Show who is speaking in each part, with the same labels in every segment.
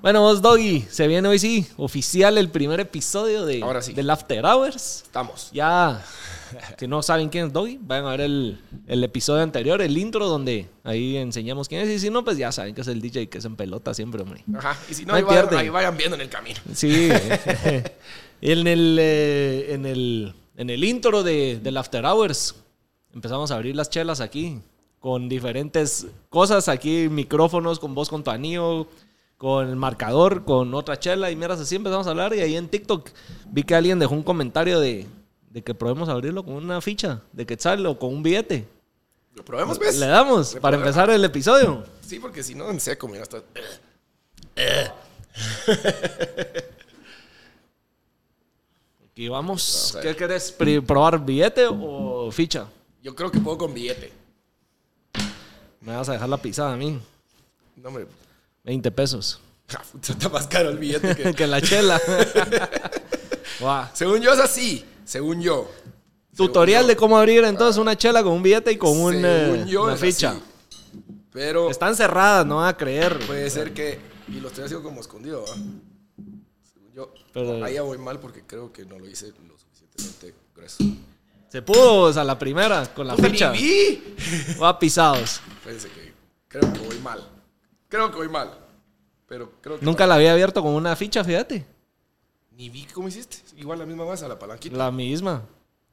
Speaker 1: Bueno, vos, Doggy, se viene hoy sí, oficial el primer episodio de,
Speaker 2: Ahora sí.
Speaker 1: del After Hours.
Speaker 2: Estamos.
Speaker 1: Ya, si no saben quién es Doggy, vayan a ver el, el episodio anterior, el intro, donde ahí enseñamos quién es. Y si no, pues ya saben que es el DJ que es en pelota siempre, hombre.
Speaker 2: Ajá. Y si no,
Speaker 1: No hay
Speaker 2: ahí, va-
Speaker 1: pierde.
Speaker 2: ahí vayan viendo en el camino.
Speaker 1: Sí. en, el, eh, en, el, en el intro de, del After Hours empezamos a abrir las chelas aquí con diferentes cosas. Aquí micrófonos con voz con tu anillo, con el marcador, con otra chela y miras así empezamos a hablar. Y ahí en TikTok vi que alguien dejó un comentario de, de que probemos abrirlo con una ficha de quetzal o con un billete.
Speaker 2: ¿Lo probemos, pues?
Speaker 1: Le damos
Speaker 2: Le
Speaker 1: para
Speaker 2: podemos.
Speaker 1: empezar el episodio.
Speaker 2: Sí, porque si no, en seco, mira, eh, está...
Speaker 1: Aquí vamos.
Speaker 2: Vamos a
Speaker 1: ¿Qué
Speaker 2: ver.
Speaker 1: querés? pri- ¿Probar billete o ficha?
Speaker 2: Yo creo que puedo con billete.
Speaker 1: Me vas a dejar la pisada a mí.
Speaker 2: No, hombre.
Speaker 1: 20 pesos.
Speaker 2: ja, puta, Está más caro el billete que...
Speaker 1: que la chela. Guau.
Speaker 2: Según yo es así. Según yo.
Speaker 1: Tutorial de cómo abrir entonces una chela con un billete y con un,
Speaker 2: Según
Speaker 1: eh,
Speaker 2: yo
Speaker 1: una
Speaker 2: es
Speaker 1: ficha.
Speaker 2: así. Pero
Speaker 1: Están cerradas, no van a creer.
Speaker 2: puede ser que... Y lo estoy haciendo como escondido, ¿va? Según yo...
Speaker 1: Pero-
Speaker 2: Ahí ya voy mal porque creo que no lo hice lo suficientemente grueso.
Speaker 1: Se pudo, o sea, la primera con la ficha.
Speaker 2: ¡Viví!
Speaker 1: Va pisados.
Speaker 2: Fíjense que creo que voy mal. Creo que voy mal. Pero creo que...
Speaker 1: Nunca la había abierto con una ficha, fíjate.
Speaker 2: Ni vi cómo hiciste. Igual la misma masa, la palanquita.
Speaker 1: La misma.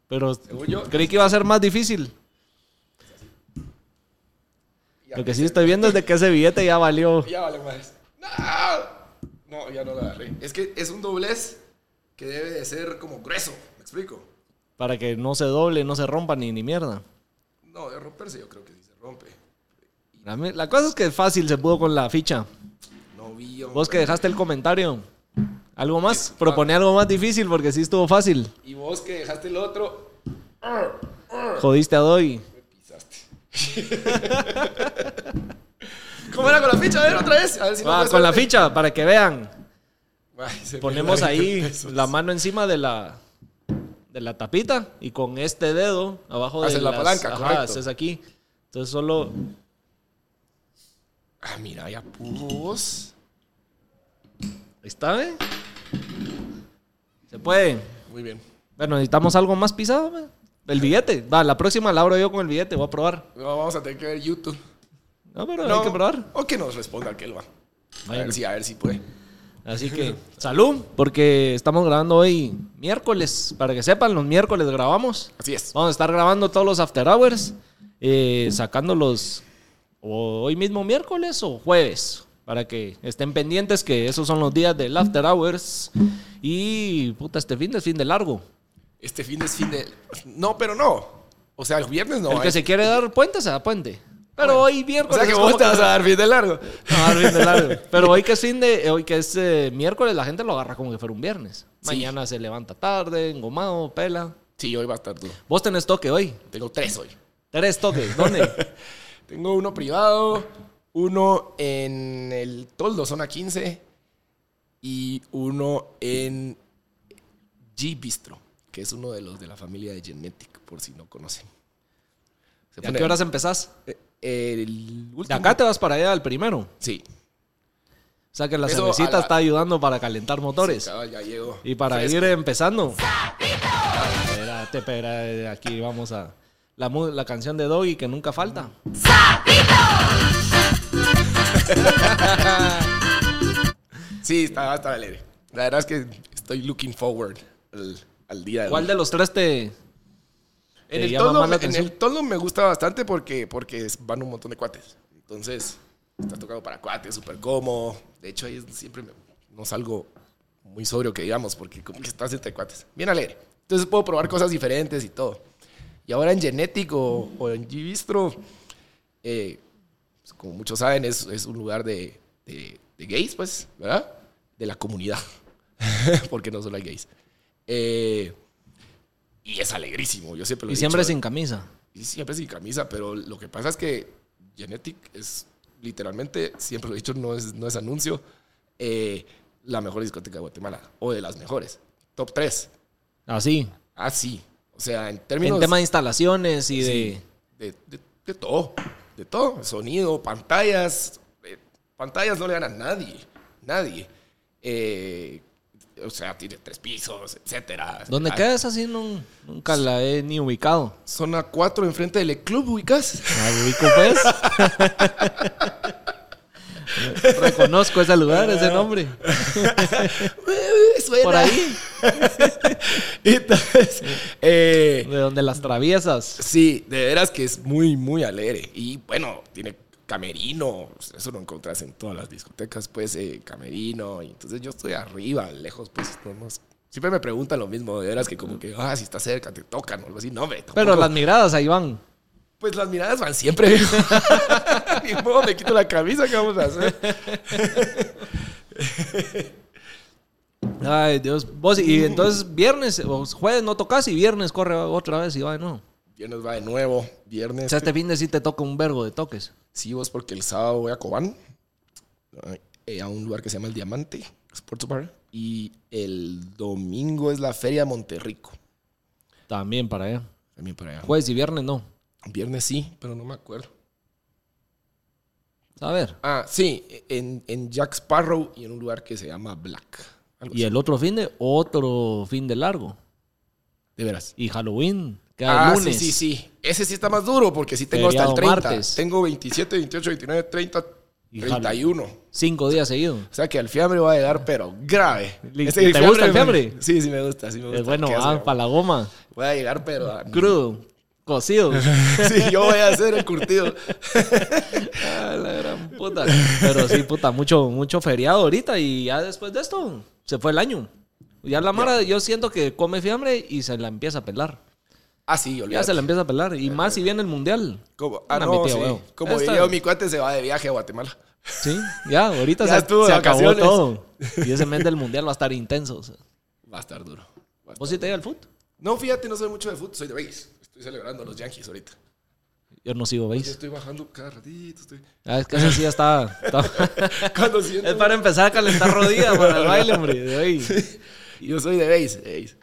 Speaker 1: Pero
Speaker 2: Según yo.
Speaker 1: creí que iba a ser más difícil.
Speaker 2: Ya,
Speaker 1: Lo que sí estoy viendo es de que ese billete ya valió.
Speaker 2: Ya vale más. ¡No! No, ya no la agarré. Es que es un doblez que debe de ser como grueso. ¿Me explico?
Speaker 1: Para que no se doble, no se rompa ni, ni mierda.
Speaker 2: No, de romperse yo creo que sí se rompe.
Speaker 1: La, mi- la cosa es que fácil se pudo con la ficha.
Speaker 2: No vi. hombre.
Speaker 1: Vos que dejaste el comentario. ¿Algo más? Propone algo más difícil porque sí estuvo fácil.
Speaker 2: Y vos que dejaste el otro,
Speaker 1: Jodiste a Doggy.
Speaker 2: me pisaste. ¿Cómo era con la ficha? A ver, otra vez. A ver si no pues
Speaker 1: Va,
Speaker 2: me
Speaker 1: Ah, con la
Speaker 2: suerte.
Speaker 1: ficha, para que vean.
Speaker 2: Ay, se me
Speaker 1: Ponemos
Speaker 2: olvidaron
Speaker 1: ahí
Speaker 2: los pesos.
Speaker 1: la mano encima de la, de la tapita y con este dedo abajo de
Speaker 2: Haces la
Speaker 1: las-
Speaker 2: palanca,
Speaker 1: ajá,
Speaker 2: correcto.
Speaker 1: haces aquí. Entonces solo...
Speaker 2: Ah, mira, ya puros.
Speaker 1: Ahí está, ¿eh? Se puede.
Speaker 2: Muy bien.
Speaker 1: Bueno, necesitamos algo más pisado, ¿ve? El billete. Va, la próxima la abro yo con el billete. Voy a probar.
Speaker 2: No, vamos a tener que ver YouTube.
Speaker 1: No, pero hay que probar.
Speaker 2: O que nos responda aquel va. A
Speaker 1: Bueno.
Speaker 2: ver si, a ver si puede.
Speaker 1: Así que, salud, porque estamos grabando hoy miércoles. Para que sepan, los miércoles grabamos.
Speaker 2: Así es.
Speaker 1: Vamos a estar grabando todos los after hours, eh, sacándolos o hoy mismo miércoles o jueves. Para que estén pendientes, que esos son los días del after hours. Y puta, este fin es fin de largo.
Speaker 2: Este fin es fin de. No, pero no. O sea, el viernes no.
Speaker 1: El que
Speaker 2: hay.
Speaker 1: se quiere dar puente se da puente. Pero hoy
Speaker 2: O
Speaker 1: miércoles.
Speaker 2: sea que
Speaker 1: es
Speaker 2: vos
Speaker 1: como
Speaker 2: te
Speaker 1: que-
Speaker 2: vas a dar fin de largo.
Speaker 1: No, va a dar fin Ah, de largo. Pero hoy que es fin de, hoy que es eh, miércoles, la gente lo agarra como que fuera un viernes.
Speaker 2: Sí.
Speaker 1: Mañana se levanta tarde, engomado, pela.
Speaker 2: Sí, hoy va a estar duro.
Speaker 1: Vos tenés toque hoy.
Speaker 2: Tengo tres hoy.
Speaker 1: Tres toques. ¿Dónde?
Speaker 2: Tengo uno privado, uno en el Toldo, zona 15, y uno en G Bistro, que es uno de los de la familia de Genetic, por si no conocen. Se
Speaker 1: ¿A
Speaker 2: pone-
Speaker 1: qué horas empezás?
Speaker 2: Eh, El
Speaker 1: De
Speaker 2: último.
Speaker 1: acá te vas para allá al primero.
Speaker 2: Sí.
Speaker 1: O sea que la
Speaker 2: Eso
Speaker 1: cervecita
Speaker 2: a la-
Speaker 1: está ayudando para calentar motores.
Speaker 2: Sí, cabal, ya llego.
Speaker 1: y para
Speaker 2: Fresco.
Speaker 1: ir empezando. Espérate, espérate, aquí vamos a. La, mu- la canción de Doggy que nunca falta.
Speaker 2: Sí, está, va a estar alegre. La verdad es que estoy looking forward al, al día de hoy.
Speaker 1: ¿Cuál de los tres te,
Speaker 2: En
Speaker 1: te
Speaker 2: el,
Speaker 1: llama
Speaker 2: tono,
Speaker 1: más la
Speaker 2: me- en
Speaker 1: atención?
Speaker 2: el tono me gusta bastante porque, porque es- van un montón de cuates. Entonces, está tocado para cuates, súper cómodo. De hecho, ahí es- siempre me- no salgo muy sobrio que digamos, porque como que estás entre cuates. Bien alegre. Entonces puedo probar cosas diferentes y todo. Y ahora en Genetic o, o en G-Bistro, eh, pues, como muchos saben, es, es un lugar de, de- de gays, pues, ¿verdad? De la comunidad. porque no solo hay gays. Eh, y es alegrísimo, yo siempre lo he
Speaker 1: Y siempre
Speaker 2: dicho, eh.
Speaker 1: sin camisa.
Speaker 2: y siempre sin camisa, pero lo que pasa es que Genetic es literalmente, siempre lo he dicho, no es, no es anuncio, eh, la mejor discoteca de Guatemala, o de las mejores, top 3.
Speaker 1: Así.
Speaker 2: Ah, sí. O sea, en términos
Speaker 1: En tema de instalaciones y
Speaker 2: sí, de, de- de todo, de todo, sonido, pantallas, eh, pantallas no le dan a nadie, nadie. Eh, o sea, tiene tres pisos, etcétera.
Speaker 1: ¿Dónde
Speaker 2: Ah,
Speaker 1: quedas así? nun- nunca la he ni ubicado.
Speaker 2: Zona 4 enfrente del club, ubicas.
Speaker 1: ¿La ubico, pues? Reconozco ese lugar, ese nombre.
Speaker 2: Suena.
Speaker 1: Por ahí,
Speaker 2: Entonces, eh,
Speaker 1: de donde las traviesas.
Speaker 2: Sí, de veras que es muy, muy alegre. Y bueno, tiene camerino. Eso lo encontrás en todas las discotecas, pues, eh, camerino. Y entonces yo estoy arriba, lejos, pues, no, no sé. Siempre me preguntan lo mismo, de veras que como que, ah, si estás cerca, te tocan o algo así. No, me
Speaker 1: Pero las miradas ahí van.
Speaker 2: Pues las miradas van siempre. viejo. Ni modo, me quito la camisa, ¿qué vamos a hacer?
Speaker 1: Ay, Dios. Vos, y entonces viernes, o jueves no tocas y viernes corre otra vez y va de nuevo.
Speaker 2: Viernes va de nuevo, viernes.
Speaker 1: O sea, este fin de sí te toca un vergo de toques.
Speaker 2: Sí, vos, porque el sábado voy a Cobán, eh, a un lugar que se llama El Diamante, Sports Bar. Y el domingo es la Feria de Monterrico.
Speaker 1: También para allá.
Speaker 2: También por allá.
Speaker 1: Jueves y viernes no.
Speaker 2: Viernes sí, pero no me acuerdo.
Speaker 1: A ver.
Speaker 2: Ah, sí, en, en Jack Sparrow y en un lugar que se llama Black. Algo
Speaker 1: Y
Speaker 2: así.
Speaker 1: el otro fin de, otro fin de largo.
Speaker 2: De veras.
Speaker 1: Y Halloween, cada
Speaker 2: Ah,
Speaker 1: lunes.
Speaker 2: sí, sí, sí. Ese sí está más duro porque sí tengo
Speaker 1: Feriado
Speaker 2: hasta el 30.
Speaker 1: martes.
Speaker 2: Tengo 27, 28, 29, 30,
Speaker 1: Y
Speaker 2: 31.
Speaker 1: Cinco días seguidos.
Speaker 2: O sea que al fiambre va a llegar, pero grave. Este
Speaker 1: Li- ¿te gusta el fiambre?
Speaker 2: me- Sí, sí me gusta, sí me gusta.
Speaker 1: Es bueno,
Speaker 2: Qué
Speaker 1: ah,
Speaker 2: asco.
Speaker 1: para la goma.
Speaker 2: Voy a llegar, pero... a-
Speaker 1: Crudo, cocido.
Speaker 2: sí, yo voy a hacer el curtido.
Speaker 1: Ah, la gran puta. Pero sí, puta, mucho, mucho feriado ahorita y ya después de esto se fue el año. Ya la Mara, yo siento que come fiambre y se la empieza a pelar.
Speaker 2: Ah, sí,
Speaker 1: Ya
Speaker 2: olvídate.
Speaker 1: se la empieza a pelar. Y más si viene el mundial.
Speaker 2: Como, ah,
Speaker 1: Una
Speaker 2: no,
Speaker 1: metida,
Speaker 2: sí.
Speaker 1: huevo.
Speaker 2: Como
Speaker 1: Esta-
Speaker 2: diría mi cuate, se va de viaje a Guatemala.
Speaker 1: Sí, ya, ahorita
Speaker 2: Ya
Speaker 1: se,
Speaker 2: estuvo
Speaker 1: se
Speaker 2: de
Speaker 1: acabó
Speaker 2: vacaciones.
Speaker 1: todo. Y ese mes del mundial va a estar intenso. o sea.
Speaker 2: Va a estar duro. Va a
Speaker 1: ¿Vos sí te llega el fútbol?
Speaker 2: No, fíjate, no soy mucho de fútbol, soy de béis. Estoy celebrando a los Yankees ahorita.
Speaker 1: Yo no sigo,
Speaker 2: Yo
Speaker 1: ¿veis?
Speaker 2: estoy bajando cada ratito. Estoy...
Speaker 1: Ah, es que eso sí ya está. está-
Speaker 2: Cuando siento...
Speaker 1: es para empezar a calentar rodillas para el baile, hombre. de ahí.
Speaker 2: Yo soy de béis. béis.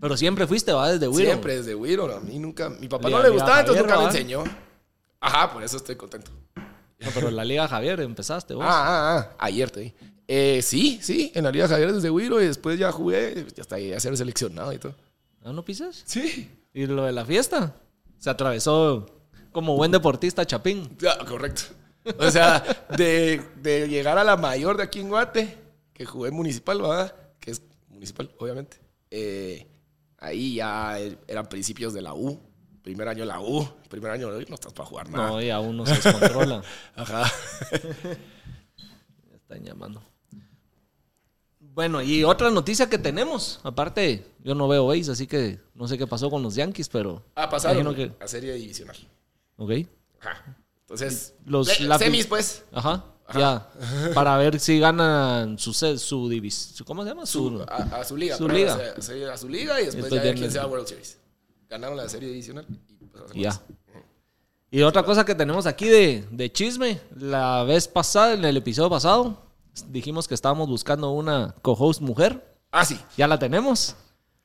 Speaker 1: Pero siempre fuiste, va, desde Wiro.
Speaker 2: Siempre desde Wiro. A mí nunca... Mi papá
Speaker 1: Le-
Speaker 2: no le
Speaker 1: le
Speaker 2: gustaba, entonces
Speaker 1: Javier,
Speaker 2: nunca me
Speaker 1: ¿va?
Speaker 2: enseñó. Ajá, por eso estoy contento.
Speaker 1: No, pero en la Liga Javier empezaste vos.
Speaker 2: Ah, ah, ah. Ayer te vi. Eh, sí, sí. En la Liga Javier desde Wiro y después ya jugué. Ya hasta llegué a ser seleccionado y todo.
Speaker 1: ¿Ah, no pisas?
Speaker 2: Sí.
Speaker 1: ¿Y lo de la fiesta? Se atravesó como buen deportista Chapín.
Speaker 2: Ya, correcto. O sea, de, de llegar a la mayor de aquí en Guate, que jugué municipal, ¿verdad? Que es municipal, obviamente. Eh, ahí ya er- eran principios de la U. Primer año la U. Primer año no estás para jugar nada.
Speaker 1: No, y aún no se descontrola.
Speaker 2: Ajá.
Speaker 1: Me Están llamando. Bueno, y otra noticia que tenemos. Aparte, yo no veo Ace, así que no sé qué pasó con los Yankees, pero.
Speaker 2: Ah, pasaron
Speaker 1: Imagino que-
Speaker 2: a serie divisional.
Speaker 1: Ok.
Speaker 2: Ajá. Entonces,
Speaker 1: Los
Speaker 2: le-
Speaker 1: lápiz-
Speaker 2: semis, pues.
Speaker 1: Ajá. Ya. Para ver si ganan su, se- su divis- su- ¿Cómo se llama? Su,
Speaker 2: Su- a, a su liga.
Speaker 1: Su
Speaker 2: pero
Speaker 1: liga.
Speaker 2: A, se- a su liga y después
Speaker 1: Después
Speaker 2: ya ver
Speaker 1: viene-
Speaker 2: quién sea World Series. Ganaron la serie divisional y pues pasaron
Speaker 1: Ya.
Speaker 2: a-
Speaker 1: Y otra cosa que tenemos aquí de, de chisme, la vez pasada, en el episodio pasado, dijimos que estábamos buscando una co-host mujer.
Speaker 2: Ah, sí.
Speaker 1: Ya la tenemos.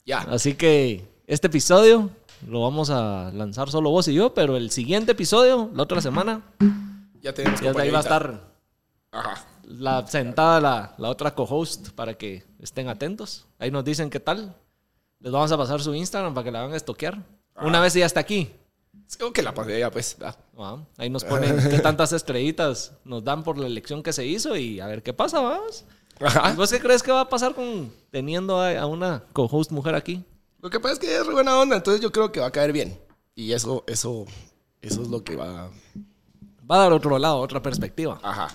Speaker 2: Ya.
Speaker 1: Así que este episodio lo vamos a lanzar solo vos y yo, pero el siguiente episodio, la otra semana,
Speaker 2: Ya tenemos
Speaker 1: ya de ahí va a estar
Speaker 2: Ajá.
Speaker 1: la, sentada la, la otra co-host para que estén atentos. Ahí nos dicen qué tal. Les vamos a pasar su Instagram para que la van a estoquear. Una vez ella está aquí,
Speaker 2: Creo que la pandemia, pues. ah.
Speaker 1: Ah, Ahí nos ponen qué tantas estrellitas nos dan por la elección que se hizo y a ver qué pasa, vamos. ¿Y
Speaker 2: Ajá.
Speaker 1: ¿Vos qué crees que va a pasar con teniendo a, a una co-host mujer aquí?
Speaker 2: Lo que pasa es que es re buena onda, entonces yo creo que va a caer bien. Y eso, eso, eso es lo que va.
Speaker 1: Va a dar otro lado, otra perspectiva.
Speaker 2: Ajá.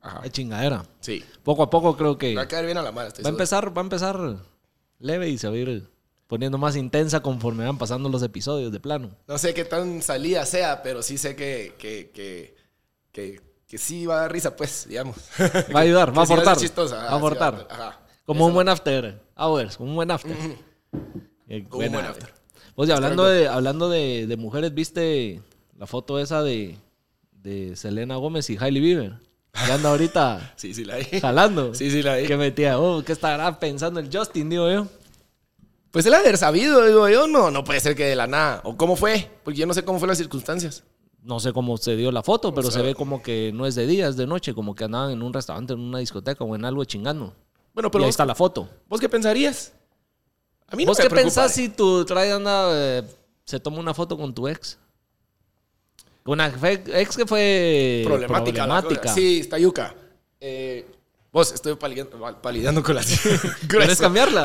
Speaker 2: Ajá.
Speaker 1: Ay, chingadera.
Speaker 2: Sí.
Speaker 1: Poco a poco creo que
Speaker 2: Va a
Speaker 1: va
Speaker 2: caer bien a la mala, estoy
Speaker 1: a
Speaker 2: seguro.
Speaker 1: empezar, va a empezar leve y se va a ir poniendo más intensa conforme van pasando los episodios de plano.
Speaker 2: No sé qué tan salida sea, pero sí sé que, que, que, que, que sí va a dar risa, pues, digamos.
Speaker 1: Va a ayudar, va a
Speaker 2: Que sí
Speaker 1: aportar.
Speaker 2: ser chistosa.
Speaker 1: Va
Speaker 2: ajá,
Speaker 1: a
Speaker 2: sí
Speaker 1: aportar.
Speaker 2: Ajá.
Speaker 1: Como un buen after Ah, hours, un buen after. Eh,
Speaker 2: Como un
Speaker 1: buena.
Speaker 2: buen after.
Speaker 1: Pues y hablando de, hablando de, de mujeres, ¿viste la foto esa de, de Selena Gómez y Hailey Bieber? Que anda ahorita
Speaker 2: Sí, sí, la vi.
Speaker 1: jalando.
Speaker 2: Sí, sí, la vi.
Speaker 1: Que metía, oh, ¿qué estará pensando el Justin, digo yo?
Speaker 2: Pues él haber sabido, digo yo, no, no puede ser que de la nada. ¿O cómo fue? Porque yo no sé cómo fueron las circunstancias.
Speaker 1: No sé cómo se dio la foto, pero
Speaker 2: sea-
Speaker 1: se ve como que no es de día, es de noche, como que andaban en un restaurante, en una discoteca o en algo chingando. Pero
Speaker 2: Bueno, pero
Speaker 1: ahí
Speaker 2: vos,
Speaker 1: está la foto.
Speaker 2: ¿vos qué pensarías? A mí no
Speaker 1: ¿Vos
Speaker 2: me
Speaker 1: qué
Speaker 2: preocupa,
Speaker 1: pensás
Speaker 2: eh.
Speaker 1: si tu trae anda, eh, se toma una foto con tu ex? Con Una fe- ex que fue
Speaker 2: problemática. la
Speaker 1: problemática.
Speaker 2: cosa. Sí, está yuca. Eh, vos, estoy palidando, palidando con las...
Speaker 1: ¿Quieres cambiarla?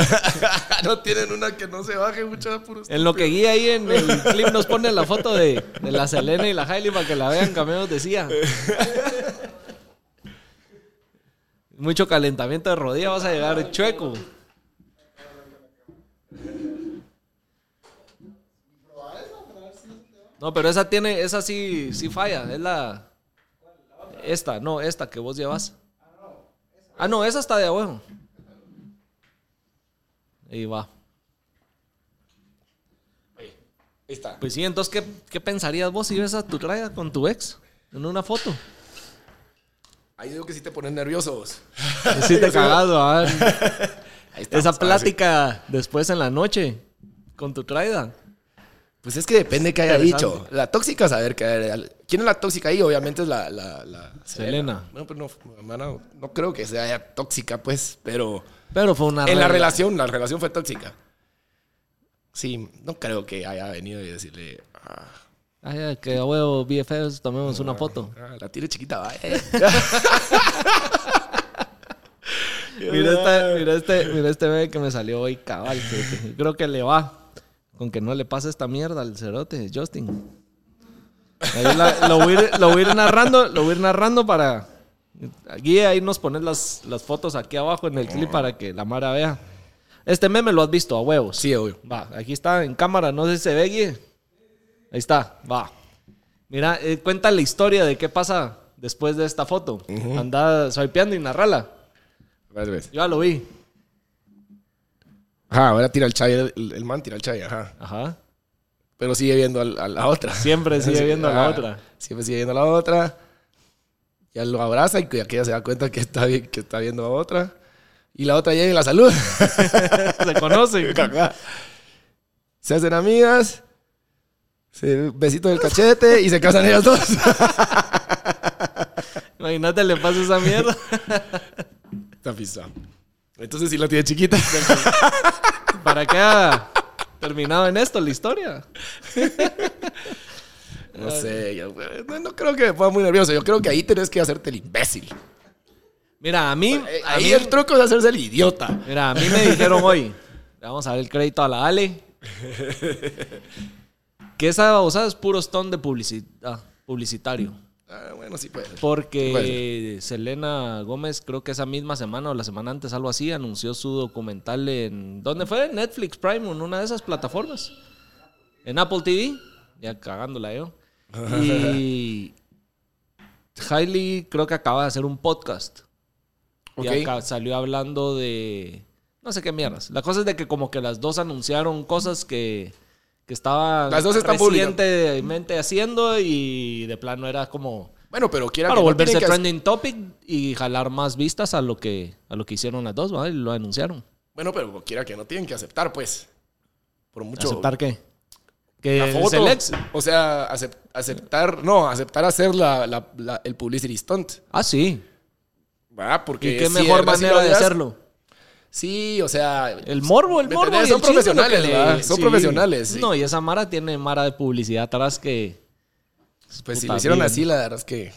Speaker 2: no tienen una que no se baje, mucha puro
Speaker 1: En lo que guía ahí en el clip nos pone la foto de, de la Selena y la Hailey para que la vean, cameos decía. Mucho calentamiento de rodilla, vas a llegar chueco. No, pero esa tiene, esa sí, sí falla, es la... Esta, no, esta que vos llevas. Ah, no, esa está de abajo. Ahí va.
Speaker 2: Ahí está.
Speaker 1: Pues sí, entonces, ¿qué, qué pensarías vos si ves a tu traga con tu ex en una foto?
Speaker 2: Ahí digo que sí te pones nervioso vos.
Speaker 1: Sí, te cagado, ah.
Speaker 2: Ahí está,
Speaker 1: Esa
Speaker 2: está,
Speaker 1: plática después en la noche con tu traida.
Speaker 2: sí. Pues es que depende que haya
Speaker 1: Interesante.
Speaker 2: dicho. La tóxica, saber que... era- ¿Quién es la tóxica ahí? Obviamente es la... la, la
Speaker 1: Selena.
Speaker 2: Bueno, pero no, hermano, no creo que sea tóxica, pues, pero...
Speaker 1: Pero fue una.
Speaker 2: en la
Speaker 1: rela-
Speaker 2: relación, la relación fue tóxica. Sí, no creo que haya venido y decirle... "Ah,
Speaker 1: Ay, ay, que a huevo, BFFs, tomemos una foto.
Speaker 2: ah, la tire chiquita, va. eh".
Speaker 1: Mira, esta- mira este, mira este bebé que me salió hoy, cabal. que- que creo que le va. Con que no le pase esta mierda al cerote, Justin. Ahí la- lo, voy a ir, lo voy a ir narrando, lo voy a ir narrando para. Aquí ahí nos pones las, las fotos aquí abajo en el clip para que la Mara vea. Este meme lo has visto a huevos.
Speaker 2: Sí, obvio.
Speaker 1: Va, aquí está en cámara, no sé si se ve, Guille. Ahí está, va. Mira, eh, cuenta la historia de qué pasa después de esta foto. Anda swipeando y narrala.
Speaker 2: Varias veces.
Speaker 1: Yo ya lo vi.
Speaker 2: Ajá, ahora tira el chay, el, el man tira el chay, ajá.
Speaker 1: Ajá.
Speaker 2: Pero sigue viendo al- a la otra.
Speaker 1: Siempre sigue
Speaker 2: Sí, Ah.
Speaker 1: viendo a la
Speaker 2: ajá.
Speaker 1: otra.
Speaker 2: Siempre sigue viendo a la otra. Ya lo abraza y que aquella se da cuenta que está, vi- que está viendo a otra. Y la otra llega y la saluda.
Speaker 1: Se conocen.
Speaker 2: Ajá. se hacen amigas. Se besito del cachete y se casan ellas dos.
Speaker 1: Imagínate, le pasa esa mierda.
Speaker 2: Está pisado. Entonces sí la tiene chiquita.
Speaker 1: ¿Para qué ha terminado en esto la historia?
Speaker 2: No sé, yo- no, no creo que me ponga muy nervioso. Yo creo que ahí tenés que hacerte el imbécil.
Speaker 1: Mira, a mí.
Speaker 2: Eh,
Speaker 1: a
Speaker 2: Ahí
Speaker 1: mí-
Speaker 2: el truco es hacerse el idiota.
Speaker 1: Mira, a mí me dijeron hoy, le vamos a dar el crédito a la Ale, que esa babosada es puro stone de publicidad, publicitario.
Speaker 2: Ah, bueno, sí puede. ser.
Speaker 1: Porque Selena Gómez, creo que esa misma semana o la semana antes, algo así, anunció su documental en. ¿Dónde fue? Netflix Prime, en una de esas plataformas. En Apple TV. Ya cagándola yo. Y. Hailey, creo que acaba de hacer un podcast.
Speaker 2: Ok.
Speaker 1: Y acá salió hablando de. No sé qué mierdas. La cosa es de que, como que las dos anunciaron cosas que. Que estaban
Speaker 2: Las dos están publicando.
Speaker 1: recientemente haciendo y de plano era como
Speaker 2: Bueno, pero quiera
Speaker 1: para
Speaker 2: que no,
Speaker 1: volverse
Speaker 2: tienen que hacer-
Speaker 1: trending topic y jalar más vistas a lo que a lo que hicieron las dos, ¿verdad? Y lo anunciaron.
Speaker 2: Bueno, pero quiera que no tienen que aceptar, pues. Por mucho.
Speaker 1: ¿Aceptar qué?
Speaker 2: la
Speaker 1: Que es
Speaker 2: foto.
Speaker 1: el ex.
Speaker 2: O sea, acep- aceptar, no, aceptar hacer la, la- la- el publicity stunt.
Speaker 1: Ah, sí.
Speaker 2: ¿verdad? Porque
Speaker 1: ¿Y qué
Speaker 2: si
Speaker 1: mejor
Speaker 2: verdad sí lo
Speaker 1: manera de
Speaker 2: harías-
Speaker 1: hacerlo?
Speaker 2: Sí, o sea,
Speaker 1: El morbo, el
Speaker 2: ¿Me
Speaker 1: morbo.
Speaker 2: entendés?
Speaker 1: y
Speaker 2: Son
Speaker 1: el chisme,
Speaker 2: profesionales,
Speaker 1: lo que le-
Speaker 2: ¿verdad? Son profesionales, sí.
Speaker 1: No, y esa Mara tiene Mara de publicidad atrás que
Speaker 2: pues si
Speaker 1: puta,
Speaker 2: lo hicieron
Speaker 1: bien.
Speaker 2: así, la verdad es que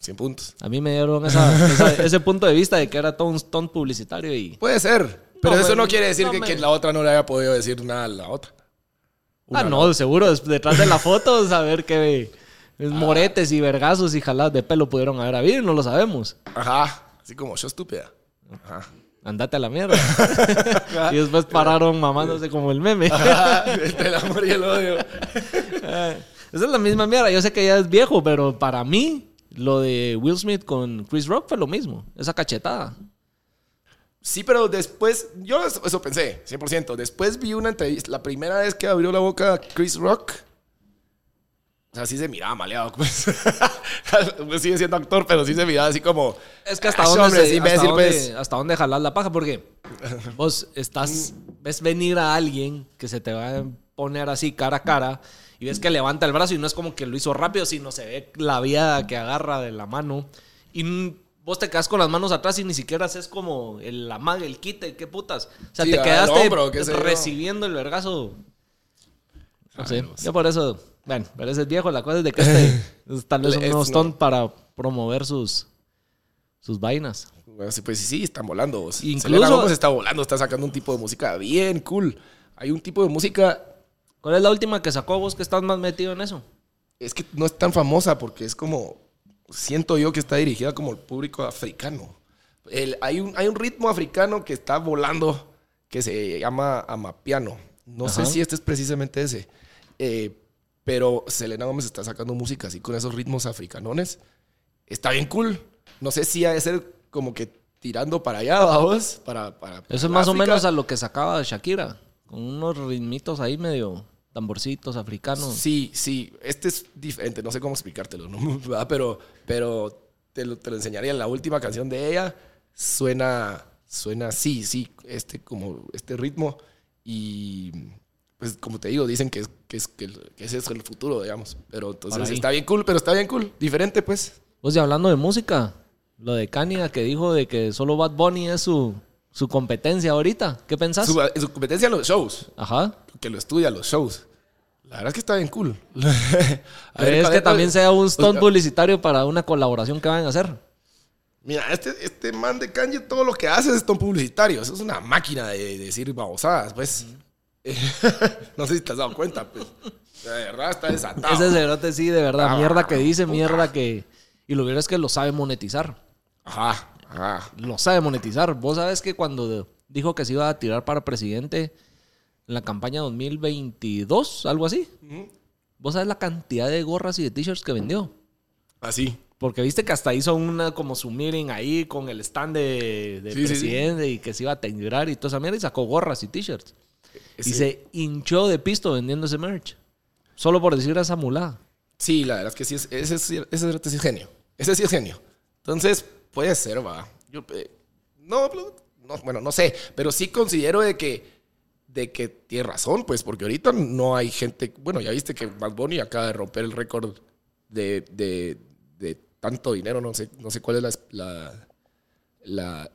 Speaker 2: 100 puntos.
Speaker 1: a mí me dieron esa- esa- ese punto de vista de que era todo un stunt publicitario y... ah,
Speaker 2: Puede ser, pero eso
Speaker 1: bueno,
Speaker 2: no quiere decir
Speaker 1: no
Speaker 2: que,
Speaker 1: me-
Speaker 2: que la otra no le haya podido decir nada a la otra. Una
Speaker 1: Ah, no, seguro, des- detrás de la foto, saber que
Speaker 2: Ah.
Speaker 1: moretes y vergazos y jaladas de pelo pudieron haber habido, no lo sabemos.
Speaker 2: Ajá, así como yo estúpida. Ajá.
Speaker 1: andate a la mierda. y después pararon mamándose como el meme.
Speaker 2: Entre el amor y el odio.
Speaker 1: Esa es la misma mierda. Yo sé que ya es viejo, pero para mí, lo de Will Smith con Chris Rock fue lo mismo. Esa cachetada.
Speaker 2: Sí, pero después, yo eso, eso pensé, 100%. Después vi una entrevista, la primera vez que abrió la boca Chris Rock. O sea, sí se miraba maleado. Pues. Pues sigue siendo actor, pero sí se miraba así como...
Speaker 1: Es que hasta
Speaker 2: "Ah,
Speaker 1: dónde,
Speaker 2: hombre,
Speaker 1: se-
Speaker 2: es
Speaker 1: hasta,
Speaker 2: imbécil,
Speaker 1: dónde-
Speaker 2: pues".
Speaker 1: hasta dónde jalar la paja, porque vos estás, ves venir a alguien que se te va a poner así cara a cara y ves que levanta el brazo y no es como que lo hizo rápido, sino se ve la viada que agarra de la mano y n- vos te quedas con las manos atrás y ni siquiera haces como el amague, el quite, qué putas. O sea,
Speaker 2: Sí,
Speaker 1: te
Speaker 2: agarra el
Speaker 1: quedaste
Speaker 2: hombro, qué sé yo.
Speaker 1: recibiendo el vergazo. No sé,
Speaker 2: Ah, no sé.
Speaker 1: yo por eso, bueno, pero ese es viejo, la cosa es de que este es tal vez
Speaker 2: Es
Speaker 1: un
Speaker 2: no.
Speaker 1: stone para promover sus, sus vainas.
Speaker 2: Bueno, sí, pues sí, sí, están volando. vos.
Speaker 1: Incluso-
Speaker 2: Selena Gómez está volando, está sacando un tipo de música bien cool. Hay un tipo de música,
Speaker 1: ¿Cuál es la última que sacó vos que estás más metido en eso?
Speaker 2: es que no es tan famosa porque es como, siento yo que está dirigida como el público africano. El- hay, un, hay un ritmo africano que está volando que se llama amapiano. No
Speaker 1: Ajá.
Speaker 2: sé si este es precisamente ese. Eh, pero Selena Gómez está sacando música así con esos ritmos africanones. Está bien cool. No sé si ha de ser como que tirando para allá, vamos. Para, para,
Speaker 1: Eso es
Speaker 2: para
Speaker 1: más o
Speaker 2: África.
Speaker 1: menos a lo que sacaba Shakira, con unos ritmitos ahí medio tamborcitos africanos.
Speaker 2: Sí, sí. Este es diferente. No sé cómo explicártelo, ¿no? ¿Verdad? Pero, pero te lo, te lo enseñaría. La última canción de ella suena, suena así, sí. Este, como este ritmo. Y pues como te digo, dicen que, es- que, es, que, el- que ese es el futuro, digamos. Pero
Speaker 1: Para
Speaker 2: entonces
Speaker 1: ahí.
Speaker 2: está bien cool, pero está bien cool. Diferente, pues.
Speaker 1: Pues y hablando de música, lo de Kanye que dijo de que solo Bad Bunny es su, su competencia ahorita. ¿Qué pensás?
Speaker 2: Su, su competencia en los shows.
Speaker 1: Ajá.
Speaker 2: Que lo estudia los shows. La verdad es que está bien cool. A ver,
Speaker 1: ¿Crees
Speaker 2: ¿cuál
Speaker 1: que
Speaker 2: es?
Speaker 1: también sea un stunt
Speaker 2: Oiga.
Speaker 1: publicitario para una colaboración que van a hacer?
Speaker 2: Mira, este, este man de Kanye, todo lo que hace es ton publicitario. Eso es una máquina de, decir babosadas, pues. no sé si te has dado cuenta, pues. De verdad está desatado.
Speaker 1: Ese cerote sí, de verdad,
Speaker 2: Ah,
Speaker 1: mierda que dice, mierda que... Y lo peor es que lo sabe monetizar.
Speaker 2: Ajá, ajá.
Speaker 1: lo sabe monetizar. Vos sabes que cuando de- dijo que se iba a tirar para presidente en la campaña 2022, algo así, vos sabes la cantidad de gorras y de t-shirts que vendió.
Speaker 2: Así.
Speaker 1: Porque viste que hasta hizo una como su meeting ahí con el stand de, de
Speaker 2: Sí, sí, sí.
Speaker 1: presidente y que se iba a tirar y toda esa mierda y sacó gorras y t-shirts. Y
Speaker 2: Sí.
Speaker 1: se hinchó de pisto vendiendo ese merch. Solo por decir a esa mulá.
Speaker 2: Sí, la verdad es que sí, es, ese, sí- ese cerote sí es genio. Ese sí es genio. Entonces, puede ser, va. Yo, eh, no, no, no, bueno, no sé, pero sí considero de que, de que tiene razón, pues, porque ahorita no hay gente. Bueno, ya viste que Bad Bunny acaba de romper el récord de, de- de tanto dinero, no sé, no sé cuál es la, la, la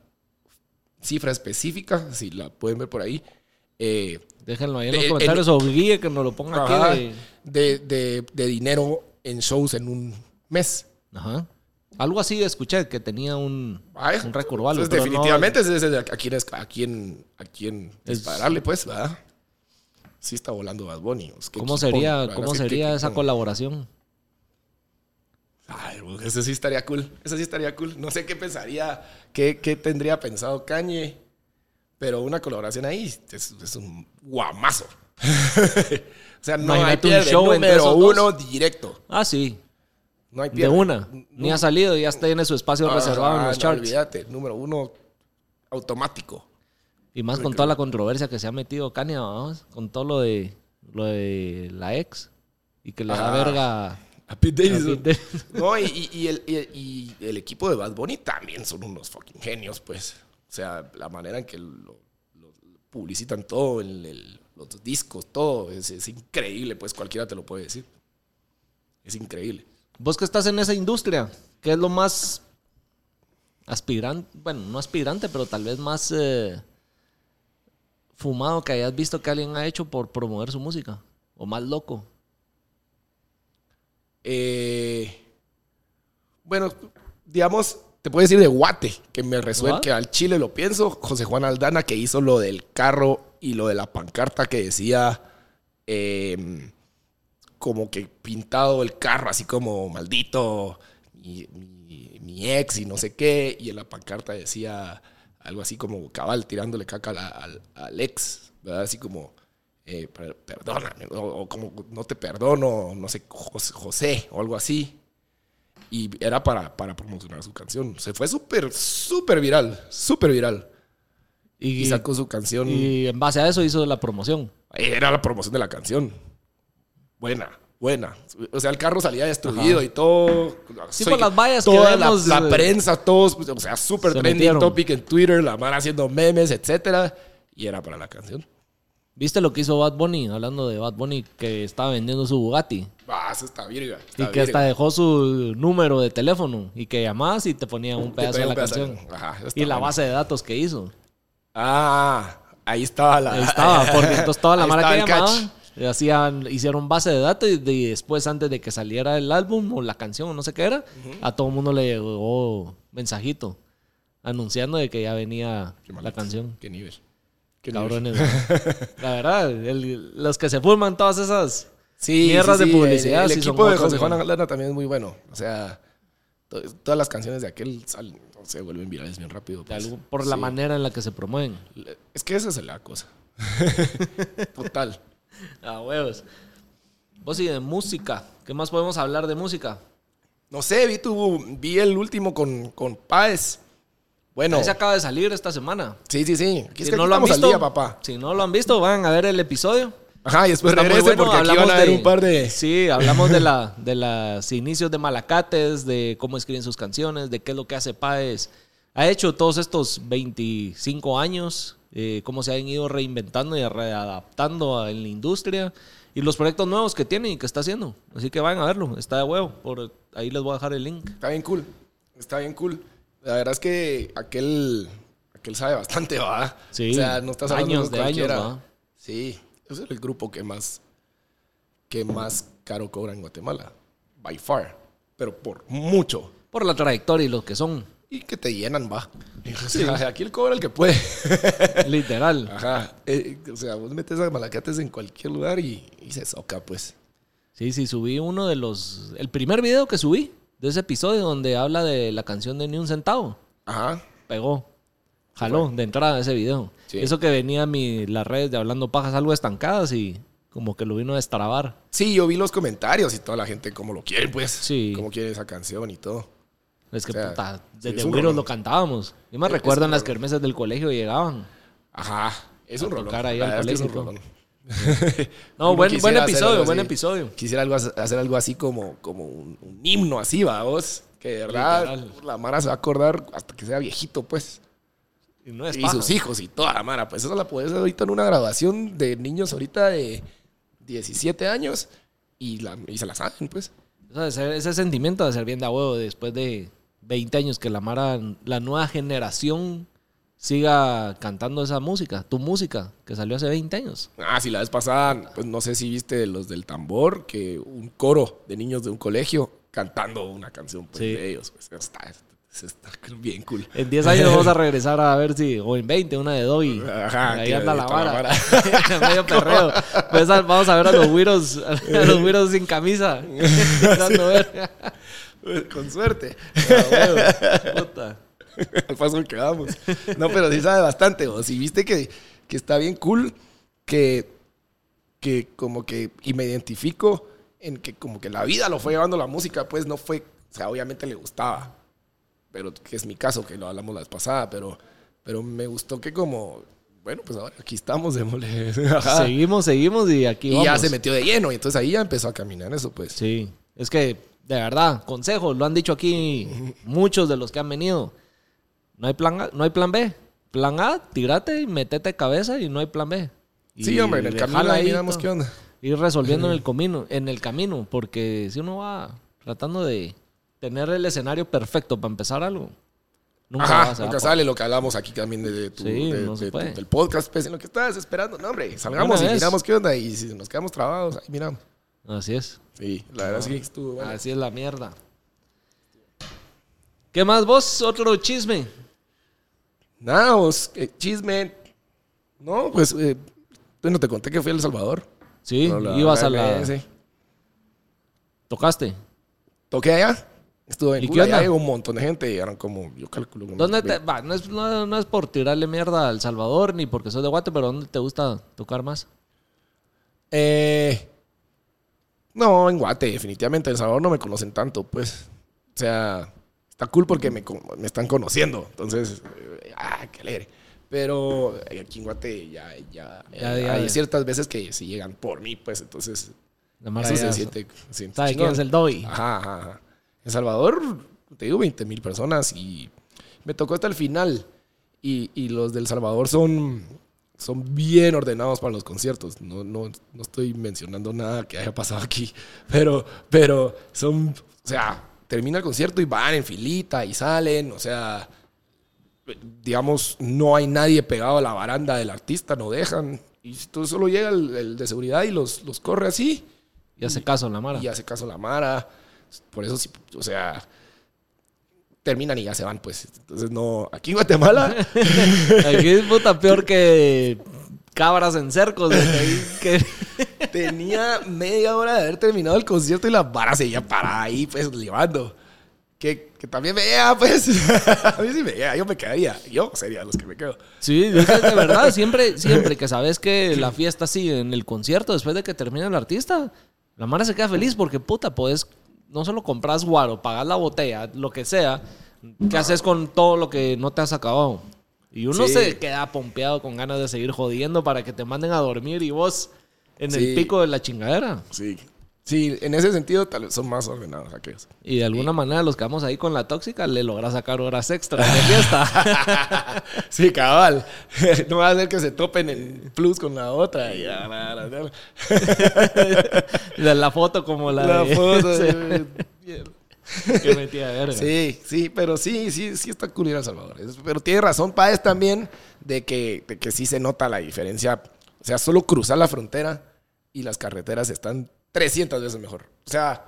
Speaker 2: cifra específica, si la pueden ver por ahí. Eh,
Speaker 1: Déjenlo ahí en los
Speaker 2: Eh, eh,
Speaker 1: comentarios o guíe que nos lo ponga
Speaker 2: ajá,
Speaker 1: aquí. de-
Speaker 2: de- de- de dinero en shows en un mes.
Speaker 1: Ajá. Algo así escuché que tenía un,
Speaker 2: Vaya.
Speaker 1: un récord o algo,
Speaker 2: Entonces,
Speaker 1: pero no-
Speaker 2: Ah,
Speaker 1: eh.
Speaker 2: definitivamente es ese de a quién, es- a quién, a quién
Speaker 1: Es-
Speaker 2: dispararle, pues, ¿verdad? Sí está volando Bad Bunny. Es que
Speaker 1: ¿Cómo
Speaker 2: equipo, la
Speaker 1: sería,
Speaker 2: verdad
Speaker 1: cómo
Speaker 2: es Pues, que
Speaker 1: sería
Speaker 2: qué
Speaker 1: esa
Speaker 2: equipo.
Speaker 1: colaboración?
Speaker 2: Ay, güey, ese sí estaría cool. Ese sí estaría cool. No sé qué pensaría, qué, qué tendría pensado Kanye. Pero una colaboración ahí es, es un guamazo. o sea, no hay
Speaker 1: Imagínate un
Speaker 2: pierde.
Speaker 1: show entre
Speaker 2: número
Speaker 1: esos
Speaker 2: uno directo.
Speaker 1: Ah, sí,
Speaker 2: No hay
Speaker 1: de
Speaker 2: pierde.
Speaker 1: una. Ni ha salido y ya está en su espacio
Speaker 2: Ajá,
Speaker 1: reservado en los
Speaker 2: no,
Speaker 1: charts.
Speaker 2: olvídate. Número uno automático.
Speaker 1: Y más con toda la controversia que se ha metido Kanye, vamos, con todo lo de lo de la ex y que le da
Speaker 2: Ah.
Speaker 1: verga.
Speaker 2: A Pete Davidson.
Speaker 1: A Pete Davidson.
Speaker 2: No, y, y- y el, y- y el equipo de Bad Bunny también son unos fucking genios, pues. O sea, la manera en que lo, lo publicitan todo, el- el- los discos, todo, es, es increíble, pues cualquiera te lo puede decir. Es increíble.
Speaker 1: Vos que estás en esa industria, ¿qué es lo más aspirante? Bueno, no aspirante, pero tal vez más eh, fumado que hayas visto que alguien ha hecho por promover su música. O más loco.
Speaker 2: Eh, bueno, digamos, te puedo decir de Guate, que me resuelve,
Speaker 1: ¿What?
Speaker 2: que al Chile lo pienso, José Juan Aldana, que hizo lo del carro y lo de la pancarta que decía eh, como que pintado el carro, así como maldito, mi, mi- mi ex y no sé qué, y en la pancarta decía algo así como cabal tirándole caca a la- al, al ex, ¿verdad? Así como... eh, per- perdóname, o, o como no te perdono, no sé, Jos- José, o algo así y era para, para promocionar su canción. Se fue súper, súper viral, súper viral. Y sacó su canción.
Speaker 1: Y en base a eso hizo la promoción.
Speaker 2: Era la promoción de la canción. Buena, buena. O sea, el carro salía destruido y todo.
Speaker 1: Sí,
Speaker 2: Soy-
Speaker 1: por las vallas que
Speaker 2: toda la-
Speaker 1: vemos,
Speaker 2: La,
Speaker 1: eh,
Speaker 2: prensa, todos, pues, o sea, súper
Speaker 1: se
Speaker 2: trending
Speaker 1: metieron.
Speaker 2: topic en Twitter, la mano haciendo memes, etcétera. Y era para la canción.
Speaker 1: ¿Viste lo que hizo Bad Bunny? Hablando de Bad Bunny, que estaba vendiendo su Bugatti.
Speaker 2: Ah, eso está virga.
Speaker 1: Y que hasta dejó su número de teléfono y que llamás y te ponía un pedazo de la canción. Y la base de datos que hizo.
Speaker 2: Ah, ahí estaba la.
Speaker 1: Ahí estaba, porque entonces toda la
Speaker 2: Ahí
Speaker 1: mara que
Speaker 2: estaba el
Speaker 1: llamaba hacían, hicieron base de datos y de- y después, antes de que saliera el álbum o la canción o no sé qué era, a todo el mundo le llegó mensajito anunciando de que ya venía
Speaker 2: Qué
Speaker 1: la
Speaker 2: maletas.
Speaker 1: canción.
Speaker 2: Qué nivel. Qué nivel.
Speaker 1: Cabrones. la verdad, el- los que se forman todas esas
Speaker 2: Sí,
Speaker 1: Mierdas de publicidad,
Speaker 2: El,
Speaker 1: sí
Speaker 2: el
Speaker 1: son
Speaker 2: equipo de
Speaker 1: otros,
Speaker 2: José Juan
Speaker 1: güey.
Speaker 2: Lana también es muy bueno. O sea, to- todas las canciones de aquel salen, o sea, vuelven virales bien rápido.
Speaker 1: de
Speaker 2: pues.
Speaker 1: algo- por la
Speaker 2: Sí.
Speaker 1: manera en la que se promueven.
Speaker 2: Le- Es que esa es la cosa. Total.
Speaker 1: Ah, huevos. Vos y de música. ¿Qué más podemos hablar de música?
Speaker 2: No sé, vi, tu, vi el último con, con Páez. Bueno,
Speaker 1: Ese acaba de salir esta semana.
Speaker 2: sí, sí, sí. Aquí es
Speaker 1: Si
Speaker 2: que
Speaker 1: no
Speaker 2: aquí
Speaker 1: lo han
Speaker 2: estamos al
Speaker 1: visto,
Speaker 2: día, papá.
Speaker 1: si no lo han visto, van a ver el episodio.
Speaker 2: Ajá, y después
Speaker 1: Está muy
Speaker 2: regresen
Speaker 1: bueno,
Speaker 2: Pues porque aquí
Speaker 1: hablamos
Speaker 2: van a haber un par de...
Speaker 1: Sí, hablamos de, la, de los inicios de Malacates, de cómo escriben sus canciones, de qué es lo que hace Páez. Ha hecho todos estos 25 años, eh, cómo se han ido reinventando y readaptando a- en la industria y los proyectos nuevos que tiene y que está haciendo. Así que vayan a verlo, está de huevo. Por, ahí les voy a dejar el link.
Speaker 2: Está bien cool. Está bien cool. La verdad es que aquel, aquel sabe bastante, ¿va?
Speaker 1: Sí.
Speaker 2: O sea, no estás hablando
Speaker 1: Años
Speaker 2: con
Speaker 1: de años,
Speaker 2: cualquiera.
Speaker 1: ¿va?
Speaker 2: Sí. Ese es el grupo que más, que más caro cobra en Guatemala. By far. Pero por mucho.
Speaker 1: Por la trayectoria y los que son,
Speaker 2: Y que te llenan, va. O sea, aquí el cobra el que puede.
Speaker 1: literal.
Speaker 2: Ajá. Eh, o sea, vos metes a malacates en cualquier lugar y, y se soca, pues.
Speaker 1: Sí, sí, subí uno de los... El primer video que subí de ese episodio donde habla de la canción de Ni Un Centavo.
Speaker 2: Ajá.
Speaker 1: pegó. Jaló de entrada ese video.
Speaker 2: Sí.
Speaker 1: Eso que venía a mi, las redes de Hablando Pajas algo estancadas y como que lo vino a destrabar.
Speaker 2: Sí, yo vi los comentarios y toda la gente como lo quiere, pues.
Speaker 1: Sí.
Speaker 2: Cómo quiere esa canción y todo.
Speaker 1: Es que
Speaker 2: O sea,
Speaker 1: puta,
Speaker 2: sí,
Speaker 1: desde
Speaker 2: es un
Speaker 1: Güiros
Speaker 2: rolón.
Speaker 1: lo cantábamos. Yo me
Speaker 2: Es-
Speaker 1: recuerdo
Speaker 2: es
Speaker 1: en
Speaker 2: un
Speaker 1: las
Speaker 2: rolón.
Speaker 1: kermeses del colegio llegaban.
Speaker 2: Ajá. Es
Speaker 1: A
Speaker 2: un rolón.
Speaker 1: tocar ahí
Speaker 2: La
Speaker 1: al
Speaker 2: verdad es que es un
Speaker 1: colegio,
Speaker 2: rolón.
Speaker 1: No, buen,
Speaker 2: Uno
Speaker 1: buen
Speaker 2: quisiera hacer algo
Speaker 1: episodio, buen
Speaker 2: así.
Speaker 1: episodio.
Speaker 2: Quisiera algo, as- hacer algo así como, como un, un himno así, va vos. Que de verdad
Speaker 1: Literal.
Speaker 2: la Mara se va a acordar hasta que sea viejito, pues.
Speaker 1: Y no es
Speaker 2: y
Speaker 1: paja.
Speaker 2: sus hijos y toda la Mara. Pues eso la puedes hacer ahorita en una graduación de niños ahorita de 17 años y, la, y se la saben, pues.
Speaker 1: Eso de ser- ese sentimiento de ser bien de a huevo después de 20 años que la mara, la nueva generación siga cantando esa música, tu música, que salió hace 20 años.
Speaker 2: Ah, sí, la vez pasada, pues no sé si viste los del tambor, que un coro de niños de un colegio cantando una canción pues,
Speaker 1: Sí.
Speaker 2: de ellos. Pues, está, está bien cool.
Speaker 1: En 10 años vamos a regresar a ver si, o en 20, una de Dobby.
Speaker 2: Ajá,
Speaker 1: Ahí
Speaker 2: que
Speaker 1: anda la
Speaker 2: está la
Speaker 1: vara. Medio perreo. Pues al- vamos a ver a los güiros, a los güiros sin camisa. Dando verga.
Speaker 2: Con suerte.
Speaker 1: Ah, huevo. Puta.
Speaker 2: al paso que vamos. No, pero sí sabe bastante. O si viste que, que está bien cool, que, que como que, y me identifico en que como que la vida lo fue llevando la música, pues no fue, o sea, obviamente le gustaba, pero que es mi caso, que lo hablamos la vez pasada, pero, pero me gustó que como, bueno, pues ahora aquí estamos, démosle. Ajá.
Speaker 1: Seguimos, seguimos y aquí
Speaker 2: Y
Speaker 1: vamos.
Speaker 2: ya se metió de lleno, y entonces ahí ya empezó a caminar eso, pues.
Speaker 1: Sí, es que de verdad, consejos, lo han dicho aquí muchos de los que han venido. No hay plan A, no hay plan B. Plan A, tírate y metete cabeza y no hay plan B. Y
Speaker 2: Sí, hombre, en el
Speaker 1: le
Speaker 2: camino
Speaker 1: jala
Speaker 2: ahí
Speaker 1: ahí,
Speaker 2: miramos
Speaker 1: ¿no?
Speaker 2: qué onda.
Speaker 1: ir resolviendo en el camino, en el camino, porque si uno va tratando de tener el escenario perfecto para empezar algo, nunca
Speaker 2: Ajá,
Speaker 1: va a ser
Speaker 2: nunca sale lo que hablamos aquí también de, de tu,
Speaker 1: Sí,
Speaker 2: de-
Speaker 1: no se
Speaker 2: de tu-
Speaker 1: puede.
Speaker 2: del podcast, pues, en lo que estás esperando. No, hombre, salgamos
Speaker 1: Una
Speaker 2: y
Speaker 1: vez.
Speaker 2: miramos qué onda. Y si nos quedamos trabados, ahí miramos.
Speaker 1: Así es.
Speaker 2: Sí, la verdad es que estuvo bueno.
Speaker 1: Así es la mierda. ¿Qué más vos? Otro chisme.
Speaker 2: Nada, vos, eh, chisme. No, pues, eh, bueno, te conté que fui a El Salvador.
Speaker 1: Sí,
Speaker 2: No, la
Speaker 1: ibas a la...
Speaker 2: RMS.
Speaker 1: Tocaste.
Speaker 2: Toqué allá. Estuve en
Speaker 1: ¿Y qué
Speaker 2: Cuba, allá
Speaker 1: onda?
Speaker 2: llegó un montón de gente. Eran como, yo calculo. como
Speaker 1: ¿Dónde te...
Speaker 2: unos
Speaker 1: va, no, es, no- no es por tirarle mierda al Salvador ni porque soy de Guate, pero ¿dónde te gusta tocar más?
Speaker 2: Eh, no, en Guate, definitivamente. En El Salvador no me conocen tanto, pues. O sea, está cool porque me, con- me están conociendo. Entonces, eh, ah, qué alegre. Pero eh, aquí en Guate ya, ya,
Speaker 1: Ya,
Speaker 2: eh,
Speaker 1: ya,
Speaker 2: hay
Speaker 1: ya.
Speaker 2: ciertas veces que si llegan por mí, pues entonces
Speaker 1: La mara
Speaker 2: eso se
Speaker 1: ya
Speaker 2: siente. se siente
Speaker 1: ¿Sabe
Speaker 2: chingón. Ah.
Speaker 1: quién es el Dobby?
Speaker 2: Ajá, ajá, ajá. En Salvador, te digo, 20 mil personas y me tocó hasta el final. Y, y los del Salvador son, son bien ordenados para los conciertos. No, no, no estoy mencionando nada que haya pasado aquí, pero, pero son, o sea, termina el concierto y van en filita y salen, o sea, digamos, no hay nadie pegado a la baranda del artista, no dejan. Y tú solo llega el, el de seguridad y los, los corre así
Speaker 1: Y hace caso en la mara.
Speaker 2: y hace caso a la Mara. Por eso, sí, o sea, terminan y ya se van, pues. Entonces, no, aquí en Guatemala,
Speaker 1: Aquí es puta peor que cabras en cercos. desde ahí que-
Speaker 2: tenía media hora de haber terminado el concierto y la vara seguía parada ahí, pues, llevando. Que, que también me llega, pues. a mí sí me llega, yo me quedaría. Yo sería los que me quedo.
Speaker 1: Sí, es que de verdad, siempre, siempre que sabes que la fiesta sigue en el concierto después de que termina el artista, la mara se queda feliz porque puta, podés, no solo compras guaro, pagas la botella, lo que sea, ¿qué haces con todo lo que no te has acabado? Y uno
Speaker 2: Sí.
Speaker 1: se queda pompeado con ganas de seguir jodiendo para que te manden a dormir y vos en el
Speaker 2: Sí.
Speaker 1: pico de la chingadera.
Speaker 2: Sí. Sí, en ese sentido, tal vez son más ordenados aquellos.
Speaker 1: Y de alguna manera los que vamos ahí con la tóxica le logras sacar horas extra de fiesta.
Speaker 2: Sí, cabal. No va a ser que se topen en plus con la otra. y ya, la, la, la.
Speaker 1: la, la foto como la,
Speaker 2: La
Speaker 1: de-
Speaker 2: foto.
Speaker 1: que metía de verga.
Speaker 2: Sí, sí, pero sí, sí, sí está cool ir a El Salvador. Es- Pero tiene razón Páez también de que, de que sí se nota la diferencia. O sea, solo cruzar la frontera y las carreteras están 300 veces mejor. O sea,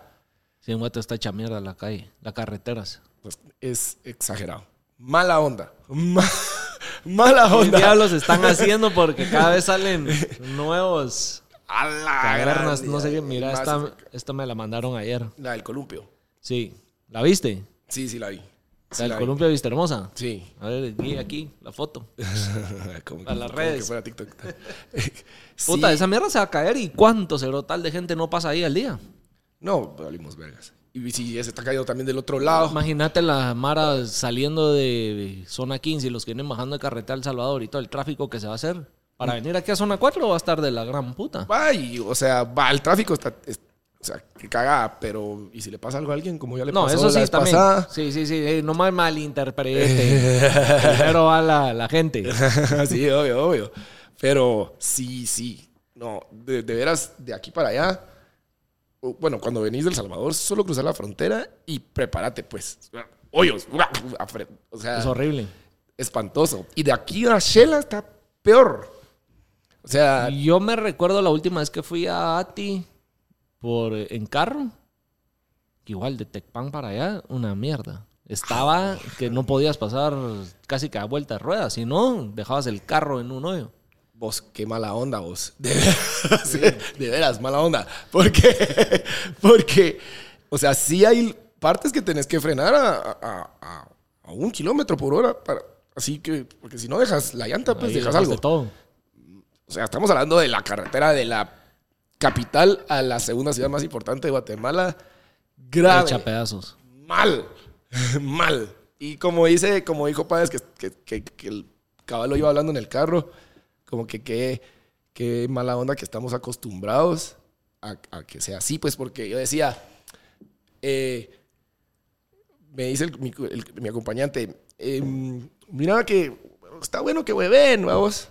Speaker 1: Sí, en Guate está hecha mierda la calle, las carreteras.
Speaker 2: pues, es exagerado. Mala onda. Ma- mala
Speaker 1: ¿Qué
Speaker 2: onda.
Speaker 1: diablos están haciendo? Porque cada vez salen nuevos
Speaker 2: A la
Speaker 1: cavernas.
Speaker 2: gran-
Speaker 1: No sé qué, mira,
Speaker 2: más-
Speaker 1: esta, esta me la mandaron ayer.
Speaker 2: La del columpio.
Speaker 1: Sí, ¿la viste?
Speaker 2: Sí, sí, la vi. Sí,
Speaker 1: La
Speaker 2: la
Speaker 1: del
Speaker 2: vi.
Speaker 1: columpio de Vistahermosa.
Speaker 2: Sí.
Speaker 1: A ver, aquí, aquí, la foto.
Speaker 2: Como-
Speaker 1: A las
Speaker 2: como
Speaker 1: redes.
Speaker 2: que fuera TikTok. Sí.
Speaker 1: Puta, esa mierda se va a caer y cuánto tal de gente no pasa ahí al día.
Speaker 2: No, valimos vergas. Y si ya se está cayendo también del otro lado.
Speaker 1: Imagínate la Mara saliendo de zona 15 y los que vienen bajando de carretera El Salvador y todo el tráfico que se va a hacer. Para venir aquí a zona 4 va a estar de la gran puta.
Speaker 2: Va y, o sea, va, el tráfico está. es- o sea, que cagada, pero. ¿Y si le pasa algo a alguien? Como ya le
Speaker 1: No,
Speaker 2: pasó
Speaker 1: eso
Speaker 2: la
Speaker 1: sí,
Speaker 2: vez
Speaker 1: también.
Speaker 2: pasada.
Speaker 1: Sí, sí, sí. eh, no me malinterprete. Primero va la, la gente.
Speaker 2: sí, obvio, obvio. Pero sí, sí. No, de, de veras, de aquí para allá. o- Bueno, cuando venís del Salvador, solo cruzar la frontera y prepárate, pues. Hoyos. afre- O sea,
Speaker 1: Es horrible.
Speaker 2: espantoso. Y de aquí a Shela está peor. O sea,
Speaker 1: Yo me recuerdo la última vez que fui a Ati por, en carro. que Igual, de Tecpan para allá, una mierda. Estaba que no podías pasar casi cada vuelta de ruedas. Si no, dejabas el carro en un hoyo.
Speaker 2: Vos, qué mala onda, vos. De veras, de veras, mala onda. Porque, porque, o sea, sí hay partes que tenés que frenar a, a- a- a un kilómetro por hora. para- así que, porque si no dejas la llanta, pues
Speaker 1: Ahí
Speaker 2: dejas
Speaker 1: dejaste
Speaker 2: algo.
Speaker 1: todo.
Speaker 2: O sea, estamos hablando de la carretera de la capital a la segunda ciudad más importante de Guatemala. Grave
Speaker 1: Hecha pedazos.
Speaker 2: mal, mal. Y como dice, como dijo Páez, que, que, que- que el caballo iba hablando en el carro, como que qué qué mala onda que estamos acostumbrados a, a que sea así, pues porque yo decía, eh, me dice el- mi, el- mi acompañante, em, mira que está bueno que hueven, vamos.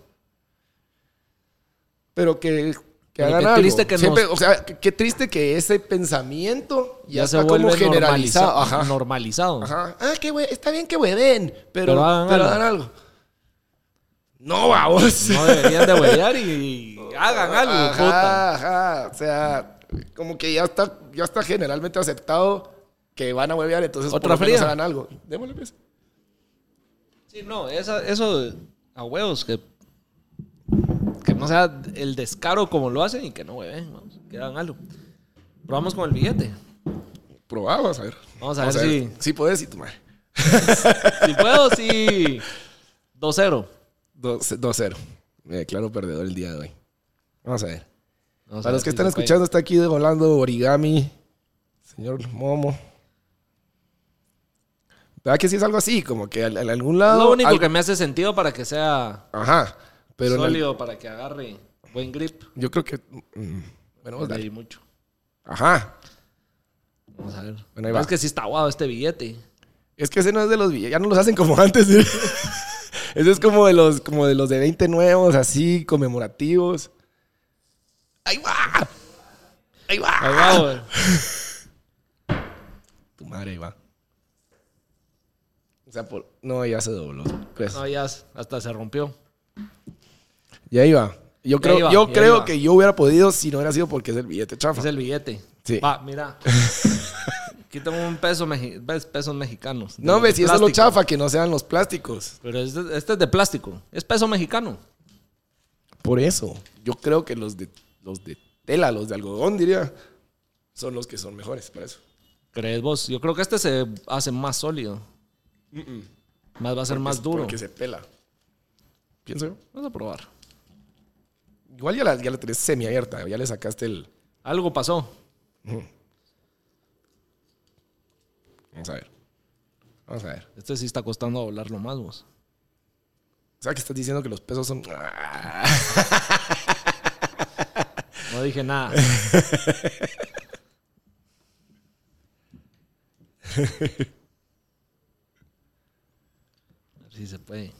Speaker 2: Pero que, que
Speaker 1: Pero
Speaker 2: hagan
Speaker 1: qué
Speaker 2: algo.
Speaker 1: triste que
Speaker 2: Siempre,
Speaker 1: nos-
Speaker 2: O sea, qué qué triste que ese pensamiento
Speaker 1: Ya,
Speaker 2: ya,
Speaker 1: se
Speaker 2: está
Speaker 1: vuelve
Speaker 2: como generalizado.
Speaker 1: normaliza-
Speaker 2: Ajá.
Speaker 1: normalizado.
Speaker 2: Ajá. Ah, qué hue- está bien que hueven, pero,
Speaker 1: Pero hagan
Speaker 2: pero
Speaker 1: algo.
Speaker 2: hagan algo. No, vamos.
Speaker 1: No deberían de huellar y, y hagan algo,
Speaker 2: ajá,
Speaker 1: puta.
Speaker 2: Ajá, o sea, como que ya está, ya está generalmente aceptado que van a huevear, entonces
Speaker 1: ¿Otra
Speaker 2: por lo menos
Speaker 1: fría?
Speaker 2: hagan algo. Démosle pues.
Speaker 1: Sí, no, esa- eso a huevos, que, que no sea el descaro como lo hacen y que no hueven, vamos, que hagan algo. Probamos con el billete.
Speaker 2: Probamos, a ver.
Speaker 1: Vamos a ver si-
Speaker 2: Si puedes, y tu madre.
Speaker 1: Si puedo, sí. 2-0.
Speaker 2: 2-0. Me declaro perdedor el día de hoy. Vamos a ver.
Speaker 1: Vamos a
Speaker 2: Para
Speaker 1: ver
Speaker 2: los que
Speaker 1: si
Speaker 2: están
Speaker 1: se puede.
Speaker 2: escuchando, está aquí volando origami. Señor Momo. ¿Verdad que sí es algo así? Como que en algún lado.
Speaker 1: Lo único
Speaker 2: al-
Speaker 1: que me hace sentido para que sea
Speaker 2: Ajá. Pero en al-
Speaker 1: sólido, para que agarre buen grip.
Speaker 2: yo creo que. mm, bueno, vamos a
Speaker 1: Leí
Speaker 2: ver.
Speaker 1: mucho.
Speaker 2: Ajá.
Speaker 1: Vamos a ver.
Speaker 2: Bueno, ahí va.
Speaker 1: Es que sí está guado este billete.
Speaker 2: Es que ese no es de los billetes. Ya no los hacen como antes. ¿sí? Ese es como de los, como de los de 20 nuevos, así, conmemorativos. ¡Ahí va! ¡Ahí va! Ah,
Speaker 1: Ahí va, güey.
Speaker 2: Tu madre, ahí va. O sea, por- no, ya se dobló. Pues, ¿crees?
Speaker 1: No, ya s- hasta se rompió.
Speaker 2: Y ahí va. Yo
Speaker 1: Ya
Speaker 2: creo,
Speaker 1: iba,
Speaker 2: yo
Speaker 1: ya
Speaker 2: creo
Speaker 1: iba.
Speaker 2: que yo hubiera podido si no hubiera sido porque es el billete chafa.
Speaker 1: Es el billete.
Speaker 2: Sí.
Speaker 1: Va, mira. Aquí tengo un peso, mexi- ves, pesos mexicanos.
Speaker 2: No, hombre,
Speaker 1: ves
Speaker 2: si eso es lo chafa, que no sean los plásticos.
Speaker 1: Pero este, este es de plástico. Es peso mexicano.
Speaker 2: Por eso. Yo creo que los de, los de tela, los de algodón, diría, son los que son mejores para eso.
Speaker 1: ¿Crees vos? Yo creo que este se hace más sólido. Más va a ser más duro.
Speaker 2: Porque se pela. Pienso yo.
Speaker 1: Vamos a probar.
Speaker 2: Igual ya la, ya la tenés semiabierta, ya le sacaste el.
Speaker 1: Algo pasó.
Speaker 2: Vamos a ver. Vamos a ver.
Speaker 1: Este sí está costando doblarlo más vos.
Speaker 2: O sea, que estás diciendo que los pesos son. Ah,
Speaker 1: No dije nada. A ver si se puede.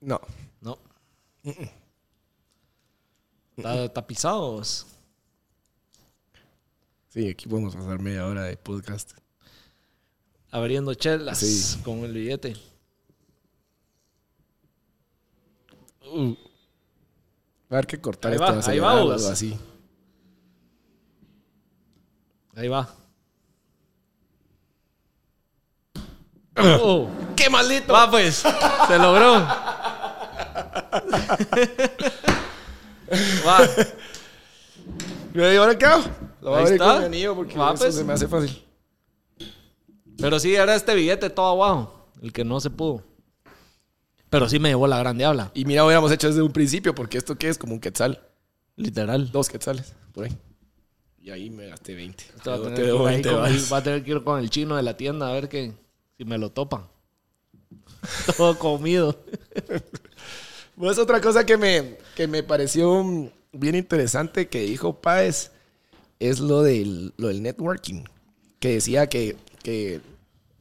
Speaker 2: No.
Speaker 1: No. Está tapizado. vos.
Speaker 2: Sí, aquí podemos pasar media hora de podcast.
Speaker 1: Abriendo chelas
Speaker 2: Sí.
Speaker 1: con el billete.
Speaker 2: Va a haber que cortar
Speaker 1: Ahí
Speaker 2: esto.
Speaker 1: va,
Speaker 2: a
Speaker 1: ahí
Speaker 2: acelerar
Speaker 1: va,
Speaker 2: o
Speaker 1: vos.
Speaker 2: algo así.
Speaker 1: Ahí va. Oh,
Speaker 2: ¡Qué maldito!
Speaker 1: va pues. Se logró. Va.
Speaker 2: ¿Y ahora qué hago? Lo voy a
Speaker 1: Ahí
Speaker 2: abrir
Speaker 1: está.
Speaker 2: con mi anillo porque
Speaker 1: Va,
Speaker 2: eso
Speaker 1: pues.
Speaker 2: se me hace fácil.
Speaker 1: Pero sí, era este billete todo abajo. El que no se pudo. Pero sí me llevó la gran diabla.
Speaker 2: Y mira, hubiéramos hecho desde un principio porque esto qué es como un quetzal.
Speaker 1: Literal.
Speaker 2: Dos quetzales, por ahí. Y ahí me gasté 20.
Speaker 1: Este va, a
Speaker 2: Yo
Speaker 1: tener
Speaker 2: te
Speaker 1: que
Speaker 2: debo
Speaker 1: ir ahí
Speaker 2: 20
Speaker 1: con el-
Speaker 2: varas.
Speaker 1: va a tener que ir con el chino de la tienda a ver que, si me lo topa. Todo comido.
Speaker 2: Pues otra cosa que me, que me pareció mm, bien interesante que dijo Páez es lo del, lo del networking, que decía que, que,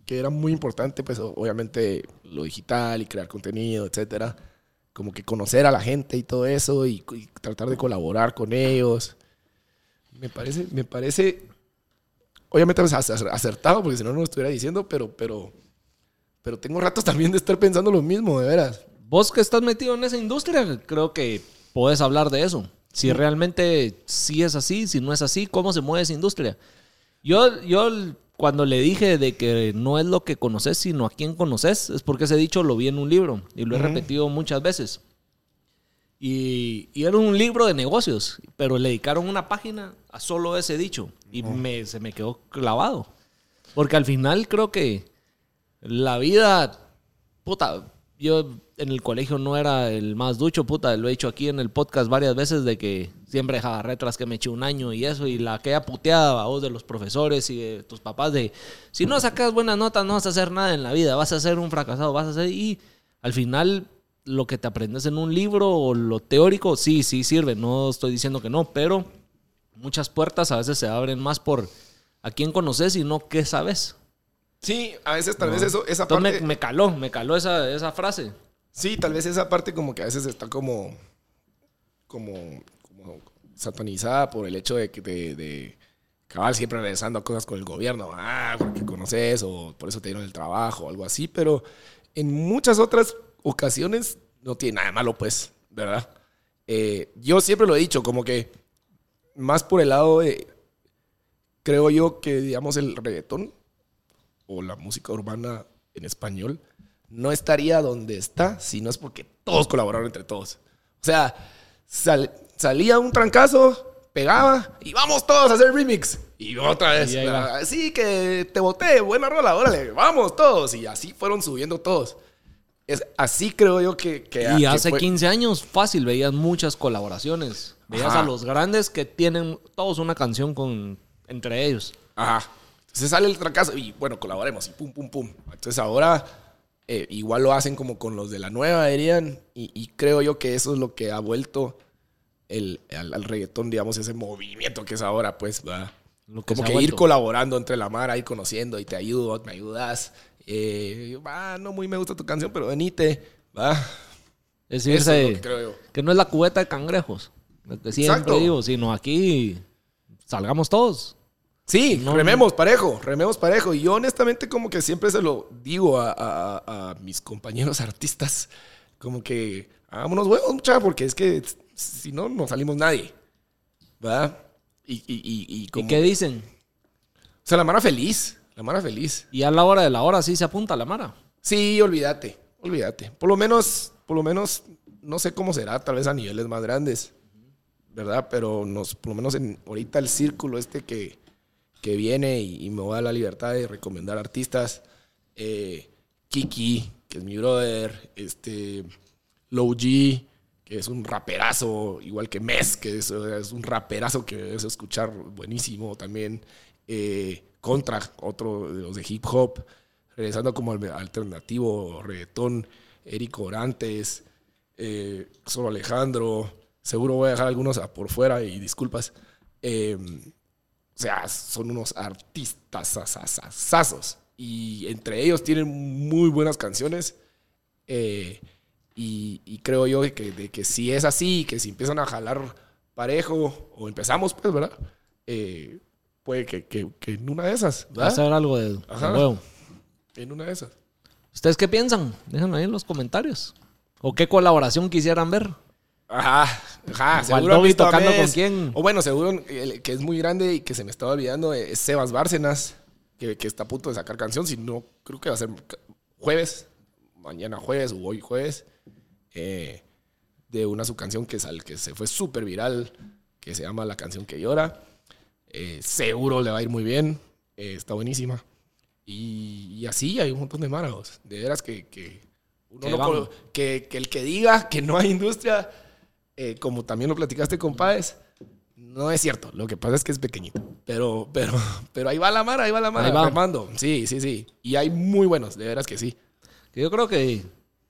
Speaker 2: que era muy importante, pues o- obviamente lo digital y crear contenido, etcétera, como que conocer a la gente y todo eso y, co- y tratar de colaborar con ellos. Me parece, me parece, obviamente pues, acer- acertado, porque si no, no lo estuviera diciendo, pero, pero, pero tengo ratos también de estar pensando lo mismo, de veras.
Speaker 1: Vos que estás metido en esa industria, creo que podés hablar de eso. Si realmente sí es así, si no es así, ¿cómo se mueve esa industria? Yo, yo l- cuando le dije de que no es lo que conoces, sino a quién conoces, es porque ese dicho lo vi en un libro y lo he repetido muchas veces. Y, y era un libro de negocios, pero le dedicaron una página a solo ese dicho y me, se me quedó clavado. Porque al final creo que la vida, puta, yo en el colegio no era el más ducho, puta, lo he dicho aquí en el podcast varias veces de que siempre agarré tras que me eché un año y eso, y la aquella puteada, vos, de los profesores y de tus papás de, si no sacas buenas notas no vas a hacer nada en la vida, vas a ser un fracasado, vas a ser, y al final lo que te aprendes en un libro o lo teórico, sí, sí sirve, no estoy diciendo que no, pero muchas puertas a veces se abren más por a quién conoces y no qué sabes.
Speaker 2: Sí, a veces tal vez eso, esa
Speaker 1: Entonces
Speaker 2: parte.
Speaker 1: me, me caló, me caló esa, esa frase.
Speaker 2: Sí, tal vez esa parte como que a veces está como. como. como satanizada por el hecho de que de, de cabal siempre regresando a cosas con el gobierno. Ah, porque conoces, o por eso te dieron el trabajo, o algo así, pero en muchas otras ocasiones no tiene nada de malo, pues, ¿verdad? Eh, yo siempre lo he dicho, como que más por el lado de. Creo yo que, digamos, el reggaetón o la música urbana en español no estaría donde está si no es porque todos colaboraron entre todos. O sea, sal- salía un trancazo, pegaba y vamos todos a hacer remix. Y otra vez,
Speaker 1: Y ahí va.
Speaker 2: así que te boté, buena rola, órale, vamos todos. Y así fueron subiendo todos. Es, así creo yo que... que
Speaker 1: y
Speaker 2: que
Speaker 1: hace
Speaker 2: Eh, fue-
Speaker 1: 15 años, fácil, veías muchas colaboraciones. Veías
Speaker 2: Ajá.
Speaker 1: a los grandes que tienen todos una canción con, entre ellos.
Speaker 2: Ajá. Entonces sale el trancazo y bueno, colaboremos y pum, pum, pum. Entonces ahora eh, igual lo hacen como con los de la nueva, dirían. Y, y creo yo que eso es lo que ha vuelto el, al, al reggaetón, digamos, ese movimiento que es ahora, pues, ¿verdad?
Speaker 1: Lo
Speaker 2: Como
Speaker 1: se ha
Speaker 2: que ir
Speaker 1: vuelto.
Speaker 2: colaborando entre la mara, ir conociendo y te ayudo, vos me ayudas. Eh, va, no muy me gusta tu canción, pero venite. Va.
Speaker 1: Es
Speaker 2: Eso
Speaker 1: irse-
Speaker 2: es lo que creo yo.
Speaker 1: que no es la cubeta de cangrejos, lo que siempre
Speaker 2: Exacto.
Speaker 1: digo, sino aquí salgamos todos.
Speaker 2: Sí,
Speaker 1: No,
Speaker 2: rememos parejo, rememos parejo. Y yo honestamente como que siempre se lo digo a, a- a- a mis compañeros artistas, como que hagámonos huevos, mucha, porque es que si no, no salimos nadie. ¿Verdad? Y, y, y, y como...
Speaker 1: ¿Y qué dicen?
Speaker 2: O sea, la mara feliz, la mara feliz.
Speaker 1: Y a la hora de la hora sí se apunta la mara.
Speaker 2: Sí, olvídate, olvídate. Por lo menos, por lo menos, no sé cómo será, tal vez a niveles más grandes, ¿verdad? Pero nos, por lo menos en, ahorita el círculo este que, que viene y, y me voy a dar la libertad de recomendar artistas, eh, Kiki, que es mi brother, este, Low G, que es un raperazo, igual que Mes, que es, es un raperazo que debes escuchar buenísimo también. Eh, Contra, otro de los de hip hop, regresando como al alternativo, reggaetón, Eric Orantes, eh, Solo Alejandro. Seguro voy a dejar algunos a- por fuera y disculpas. Eh, o sea, son unos artistas sasasasazos. Y entre ellos tienen muy buenas canciones. Eh, y, y creo yo que, de que si es así, que si empiezan a jalar parejo, o empezamos, pues, ¿verdad? Eh, puede que, que- que en una de esas,
Speaker 1: Va a
Speaker 2: ¿verdad?
Speaker 1: ser algo de, de
Speaker 2: ¿Eh? Ajá.
Speaker 1: huevo.
Speaker 2: En una de esas.
Speaker 1: ¿Ustedes qué piensan? Déjenme ahí en los comentarios. ¿O qué colaboración quisieran ver?
Speaker 2: Ajá, ajá. han
Speaker 1: Waldovi
Speaker 2: visto a
Speaker 1: tocando
Speaker 2: Mes.
Speaker 1: con quién.
Speaker 2: O bueno, seguro el que es muy grande y que se me estaba olvidando eh, es Sebas Bárcenas, que, que está a punto de sacar canción. Si no, creo que va a ser ca- jueves, mañana jueves o hoy jueves, eh, de una su canción que, sal, que se fue súper viral, que se llama La canción que llora. Eh, seguro le va a ir muy bien, eh, está buenísima. Y, y así hay un montón de maragos. De veras que, que, uno
Speaker 1: Que
Speaker 2: no
Speaker 1: vamos.
Speaker 2: col- que, que el que diga que no hay industria, eh, como también lo platicaste con Páez, no es cierto. Lo que pasa es que es pequeñito. Pero, pero, pero ahí va la mara, ahí va la mara.
Speaker 1: Ahí va.
Speaker 2: remando. Sí, sí, sí. Y hay muy buenos, de veras que sí.
Speaker 1: Que yo creo que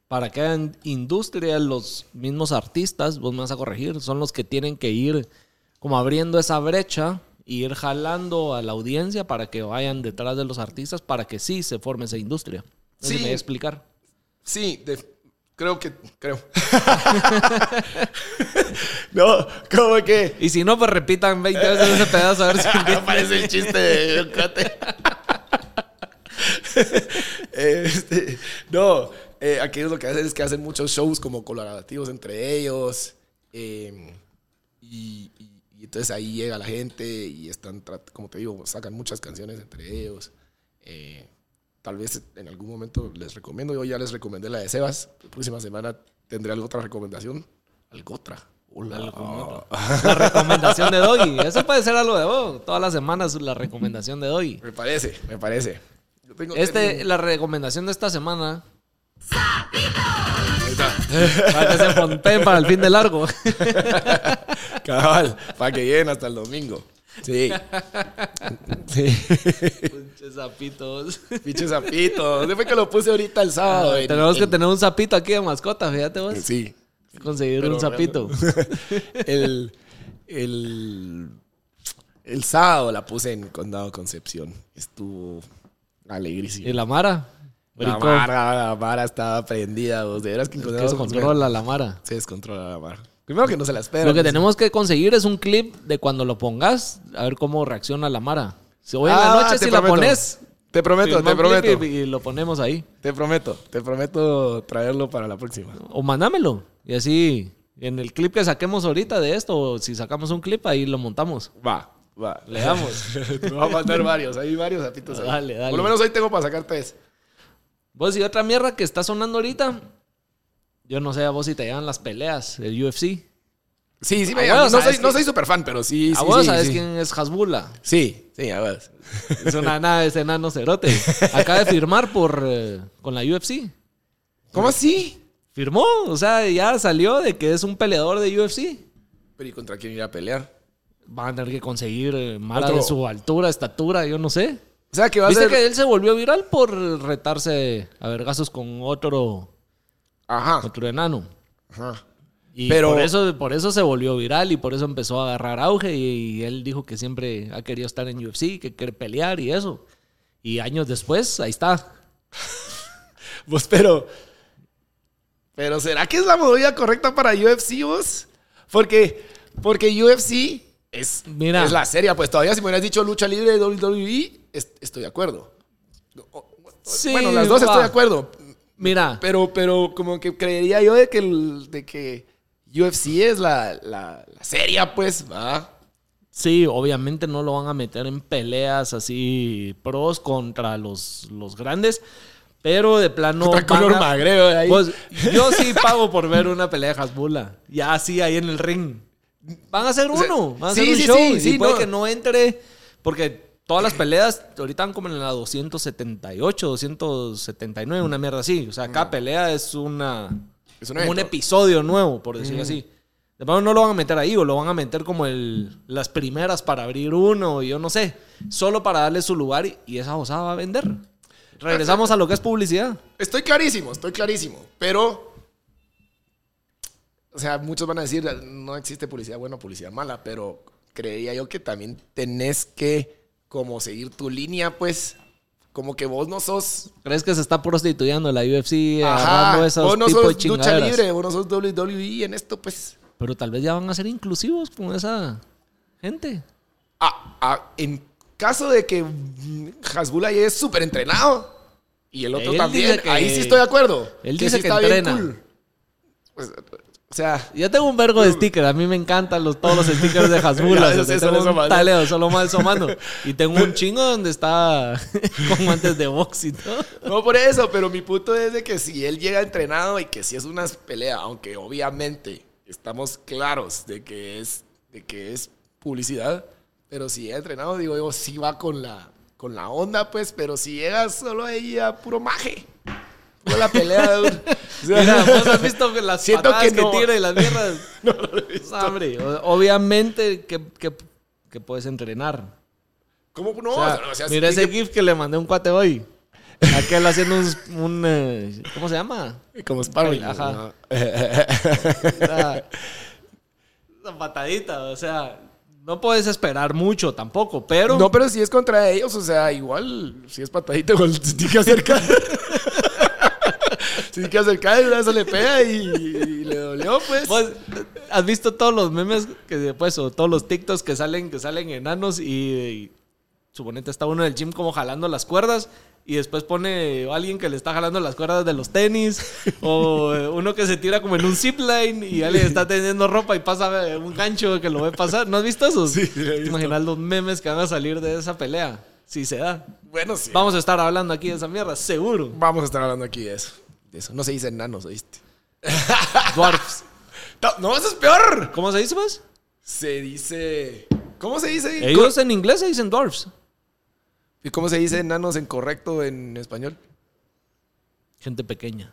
Speaker 1: para cada in- industria, los mismos artistas, vos me vas a corregir, son los que tienen que ir como abriendo esa brecha y ir jalando a la audiencia para que vayan detrás de los artistas para que sí se forme esa industria. No sé si
Speaker 2: Sí.
Speaker 1: me voy a explicar.
Speaker 2: Sí, de- creo que, creo. no, como que...
Speaker 1: Y si no, pues repitan 20 veces ese pedazo a ver si
Speaker 2: Ah, parece el chiste de un cuate. Este, no, eh, aquellos lo que hacen es que hacen muchos shows como colaborativos entre ellos. eh, y, y- y entonces ahí llega la gente y están, trat- como te digo, sacan muchas canciones entre ellos. eh, tal vez en algún momento les recomiendo. Yo ya les recomendé la de Sebas. La próxima semana tendré alguna otra recomendación. Oh, Algo otra. Hola.
Speaker 1: La recomendación de Doggy. Eso puede ser algo de vos. Todas las semanas la recomendación de Doggy.
Speaker 2: Me parece, me parece. Yo tengo-
Speaker 1: Este, la recomendación de esta semana.
Speaker 2: Ahí está.
Speaker 1: Para que se fonteen para el fin de largo.
Speaker 2: Cabal, para que lleguen hasta el domingo. Sí. Sí.
Speaker 1: Pinches zapitos.
Speaker 2: Pinche zapito. ¿Dónde fue que lo puse ahorita el sábado? En-
Speaker 1: Ah, Tenemos que
Speaker 2: en-
Speaker 1: tener un zapito aquí de mascota, fíjate vos.
Speaker 2: Sí.
Speaker 1: Conseguir
Speaker 2: Pero
Speaker 1: un zapito.
Speaker 2: El, el, el sábado la puse en Condado Concepción. Estuvo alegrísimo.
Speaker 1: ¿Y la Mara?
Speaker 2: la
Speaker 1: Brincó.
Speaker 2: vara, la vara estaba prendida. vos. De veras que en
Speaker 1: Que
Speaker 2: Condado
Speaker 1: se controla la Mara.
Speaker 2: Concepción- Se descontrola la vara. Primero que no se la espera.
Speaker 1: Lo que tenemos que conseguir es un clip de cuando lo pongas, a ver cómo reacciona la Mara. Si hoy en
Speaker 2: Ah,
Speaker 1: la noche, si
Speaker 2: te
Speaker 1: la
Speaker 2: prometo.
Speaker 1: pones.
Speaker 2: Te prometo,
Speaker 1: filma
Speaker 2: te
Speaker 1: un clip
Speaker 2: prometo.
Speaker 1: Y, y lo ponemos ahí.
Speaker 2: Te prometo, te prometo traerlo para la próxima.
Speaker 1: O mandámelo. Y así, en el clip que saquemos ahorita de esto, o si sacamos un clip, ahí lo montamos.
Speaker 2: Va, va.
Speaker 1: Le damos.
Speaker 2: Te voy a mandar varios, hay varios zapitos ahí.
Speaker 1: Dale, dale.
Speaker 2: Por lo menos hoy tengo para sacar tres.
Speaker 1: Vos y otra mierda que está sonando ahorita. Yo no sé a vos si te llevan las peleas del UFC.
Speaker 2: Sí, sí,
Speaker 1: Ah,
Speaker 2: me llaman.
Speaker 1: bueno,
Speaker 2: no,
Speaker 1: sabes
Speaker 2: soy, no
Speaker 1: que-
Speaker 2: soy super fan, pero sí, sí,
Speaker 1: a vos
Speaker 2: sí,
Speaker 1: sabes
Speaker 2: sí.
Speaker 1: quién es Hasbula.
Speaker 2: Sí, sí, a ver.
Speaker 1: Es una nave, ese enano cerote. Acaba de firmar por, eh, con la UFC.
Speaker 2: ¿Cómo así?
Speaker 1: Firmó, o sea, ya salió de que es un peleador de UFC.
Speaker 2: Pero ¿y contra quién irá a pelear?
Speaker 1: Van a tener que conseguir eh, mala
Speaker 2: Otro.
Speaker 1: de su altura, estatura, yo no sé.
Speaker 2: O sea, que va a
Speaker 1: Viste
Speaker 2: ser...
Speaker 1: que él se volvió viral por retarse a vergazos con otro,
Speaker 2: Ajá,
Speaker 1: otro enano.
Speaker 2: ajá.
Speaker 1: Y
Speaker 2: Pero-
Speaker 1: por, eso, por eso se volvió viral y por eso empezó a agarrar auge. Y, y él dijo que siempre ha querido estar en UFC, que quiere pelear y eso. Y años después, ahí está.
Speaker 2: Vos, pero. Pero ¿será que es la movida correcta para UFC, vos? Porque, porque UFC es,
Speaker 1: Mira.
Speaker 2: es la serie. Pues todavía si me hubieras dicho lucha libre de WWE, es- estoy de acuerdo. O- o-
Speaker 1: Sí,
Speaker 2: bueno, las dos
Speaker 1: va.
Speaker 2: estoy de acuerdo.
Speaker 1: Mira,
Speaker 2: Pero, pero como que creería yo de que, el- de que UFC es la, la, la serie, pues, va.
Speaker 1: sí, obviamente no lo van a meter en peleas así pros contra los, los grandes. Pero de plano.
Speaker 2: Contra Conor
Speaker 1: van a-
Speaker 2: McGregor ahí.
Speaker 1: Pues, yo sí pago por ver una pelea de Hasbula. Ya así ahí en el ring. Van a ser
Speaker 2: sea,
Speaker 1: uno. Van a
Speaker 2: sí,
Speaker 1: ser un
Speaker 2: sí,
Speaker 1: show.
Speaker 2: sí,
Speaker 1: y
Speaker 2: sí,
Speaker 1: puede
Speaker 2: no.
Speaker 1: que no entre. Porque todas las peleas ahorita van como en la 278, 279, una mierda así. O sea, cada pelea es una.
Speaker 2: Mm. Es un
Speaker 1: como un
Speaker 2: evento. Mm.
Speaker 1: episodio nuevo, por decirlo así. De pronto no lo van a meter ahí, o lo van a meter como el, las primeras para abrir uno, y yo no sé. Solo para darle su lugar y, y esa osada va a vender. Regresamos a lo que es publicidad.
Speaker 2: Estoy clarísimo, estoy clarísimo. Pero. O sea, muchos van a decir, no existe publicidad buena o publicidad mala, pero creería yo que también tenés que, como, seguir tu línea, pues. Como que vos no sos.
Speaker 1: ¿Crees que se está prostituyendo la UFC
Speaker 2: Ajá,
Speaker 1: agarrando esos
Speaker 2: vos no
Speaker 1: tipos de
Speaker 2: sos lucha
Speaker 1: chingaderas?
Speaker 2: libre, vos no sos WWE en esto, pues.
Speaker 1: Pero tal vez ya van a ser inclusivos con esa gente.
Speaker 2: Ah, ah, en caso de que mm, Hasbula ya es súper entrenado y el otro
Speaker 1: Él
Speaker 2: también,
Speaker 1: dice que-
Speaker 2: ahí sí estoy de acuerdo.
Speaker 1: él
Speaker 2: sí
Speaker 1: dice que
Speaker 2: está bien
Speaker 1: entrena.
Speaker 2: cool. Pues, o sea,
Speaker 1: Yo tengo un vergo de stickers. A mí me encantan los, todos los stickers de
Speaker 2: Ya,
Speaker 1: Hasbula. o sea,
Speaker 2: yo sé,
Speaker 1: tengo
Speaker 2: solo
Speaker 1: un
Speaker 2: somando.
Speaker 1: taleo, solo mal somando. Y tengo un chingo donde está con guantes de box y todo.
Speaker 2: No por eso, pero mi punto es de que si él llega entrenado y que si es una pelea, aunque obviamente estamos claros de que es, de que es publicidad, pero si llega entrenado, digo yo, sí va con la, con la onda, pues, pero si llega solo ahí a puro maje. puro la pelea. o sea,
Speaker 1: Mira, vos has visto que las
Speaker 2: Siento
Speaker 1: patadas
Speaker 2: que
Speaker 1: que,
Speaker 2: no.
Speaker 1: tira y las mierdas. Pues, Hombre, o- obviamente que, que, que puedes entrenar.
Speaker 2: ¿Cómo no?
Speaker 1: O sea,
Speaker 2: O sea,
Speaker 1: mira
Speaker 2: sí
Speaker 1: ese GIF que le mandé a un cuate hoy. Aquel haciendo un... un, eh, ¿Cómo se llama?
Speaker 2: que- Como sparring.
Speaker 1: Ajá.
Speaker 2: ¿no?
Speaker 1: Esa, esa patadita, o sea... No puedes esperar mucho tampoco, pero...
Speaker 2: No, pero si es contra ellos, o sea, igual, si es patadita, igual se tiene que acercar. se tiene que acercar, el brazo le pega y, y le dolió, pues.
Speaker 1: Vos, ¿Has visto todos los memes que después o todos los TikToks que salen que salen enanos y, y suponete está uno en el gym como jalando las cuerdas y después pone alguien que le está jalando las cuerdas de los tenis o eh, uno que se tira como en un zipline y alguien está teniendo ropa y pasa eh, un gancho que lo ve pasar. ¿No has visto esos?
Speaker 2: Sí, sí, lo he
Speaker 1: ¿Te
Speaker 2: visto.
Speaker 1: imaginas los memes que van a salir de esa pelea? Si se da.
Speaker 2: Bueno, sí. Vamos.
Speaker 1: Vamos a estar hablando aquí de esa mierda, seguro.
Speaker 2: a estar hablando aquí de eso. De eso. No se dice enanos, ¿oíste?
Speaker 1: Dwarfs.
Speaker 2: No, No, eso es peor.
Speaker 1: ¿Cómo se dice pues? más?
Speaker 2: Se dice. ¿Cómo se dice?
Speaker 1: Ellos en inglés se dicen dwarfs.
Speaker 2: ¿Y cómo se dice enanos en correcto en español?
Speaker 1: Gente pequeña.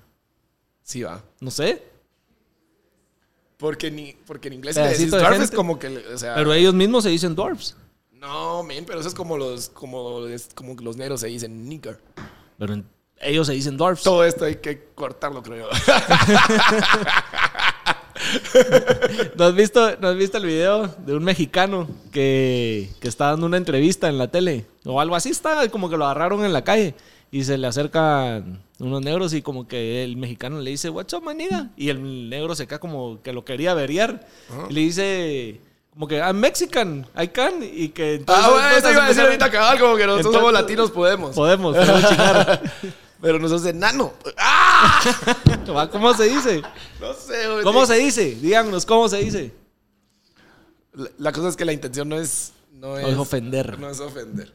Speaker 2: Sí, va.
Speaker 1: No sé.
Speaker 2: Porque, ni, porque en inglés
Speaker 1: Pedacito
Speaker 2: le decís
Speaker 1: de
Speaker 2: dwarf es
Speaker 1: gente.
Speaker 2: como que. le- O sea,
Speaker 1: Pero ellos mismos se dicen dwarfs.
Speaker 2: no, men, pero eso es como los, como, es como los negros se dicen nigger.
Speaker 1: Pero en- ellos se dicen dwarfs.
Speaker 2: Todo esto hay que cortarlo, creo yo.
Speaker 1: ¿No has, visto, ¿No has visto el video de un mexicano que, que está dando una entrevista en la tele? O algo así, está como que lo agarraron en la calle. Y se le acercan unos negros y como que el mexicano le dice, what's up, my nigga?" Y el negro se cae como que lo quería averiar. Y le dice, como que, I'm Mexican, I can. Y que entonces...
Speaker 2: Ah, bueno,
Speaker 1: pues,
Speaker 2: eso iba a decir
Speaker 1: empezaron-
Speaker 2: ahorita cabal, como que nosotros
Speaker 1: Entonces-
Speaker 2: somos latinos, podemos.
Speaker 1: Podemos, podemos chingar.
Speaker 2: Pero nosotros enano. Ah,
Speaker 1: Va, ¿Cómo se dice?
Speaker 2: no sé, güey.
Speaker 1: ¿Cómo se dice? Díganos, ¿cómo se dice?
Speaker 2: La, la cosa es que la intención no es. No es,
Speaker 1: es ofender.
Speaker 2: No es ofender.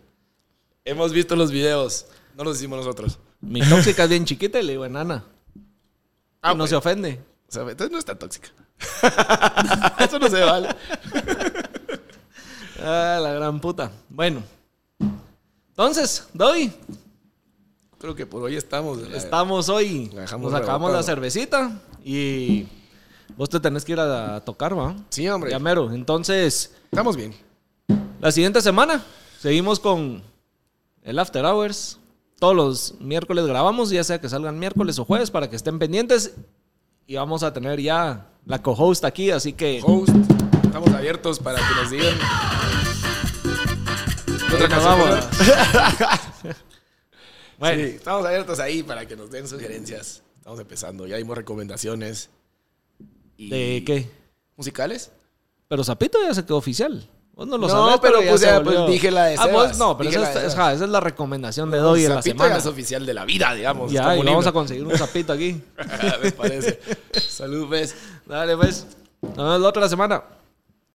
Speaker 2: Hemos visto los videos. No los hicimos nosotros.
Speaker 1: Mi tóxica es bien chiquita y le digo enana.
Speaker 2: Ah,
Speaker 1: Y no
Speaker 2: bueno.
Speaker 1: se ofende.
Speaker 2: O sea, entonces no es tan tóxica. eso no se vale.
Speaker 1: Ah, la gran puta. Bueno. Entonces, Doy,
Speaker 2: Creo que por hoy estamos. la-
Speaker 1: estamos hoy. Nos
Speaker 2: la dejamos
Speaker 1: acabamos la
Speaker 2: rebotando.
Speaker 1: cervecita y vos te tenés que ir a, a tocar, ¿va?
Speaker 2: Sí, hombre.
Speaker 1: Ya mero. Entonces,
Speaker 2: Estamos bien.
Speaker 1: la siguiente semana seguimos con el After Hours. Todos los miércoles grabamos, ya sea que salgan miércoles o jueves, para que estén pendientes. Y vamos a tener ya la co-host aquí, así que
Speaker 2: Host, estamos abiertos para que nos digan. ¿Qué otra
Speaker 1: Bueno,
Speaker 2: canción,
Speaker 1: vamos.
Speaker 2: verdad?
Speaker 1: bueno,
Speaker 2: Sí, estamos abiertos ahí para que nos den sugerencias. Estamos empezando, ya dimos recomendaciones. Y-
Speaker 1: ¿de qué?
Speaker 2: ¿Musicales?
Speaker 1: Pero Zapito ya se quedó oficial. Vos no lo
Speaker 2: No,
Speaker 1: sabés,
Speaker 2: pero
Speaker 1: ya
Speaker 2: pues
Speaker 1: se
Speaker 2: ya, pues,
Speaker 1: volvió.
Speaker 2: dije la de
Speaker 1: Ah, vos
Speaker 2: Sebas,
Speaker 1: no, pero
Speaker 2: dije
Speaker 1: esa,
Speaker 2: la de
Speaker 1: es- es-
Speaker 2: Sebas.
Speaker 1: ja, esa es la recomendación de hoy en la
Speaker 2: Zapito ya
Speaker 1: semana.
Speaker 2: es oficial de la vida, digamos.
Speaker 1: Ya,
Speaker 2: es como
Speaker 1: y
Speaker 2: un
Speaker 1: vamos a
Speaker 2: himno.
Speaker 1: conseguir un Zapito aquí.
Speaker 2: Me Ah, parece. Salud, pues.
Speaker 1: Dale, pues. Nos vemos la otra semana.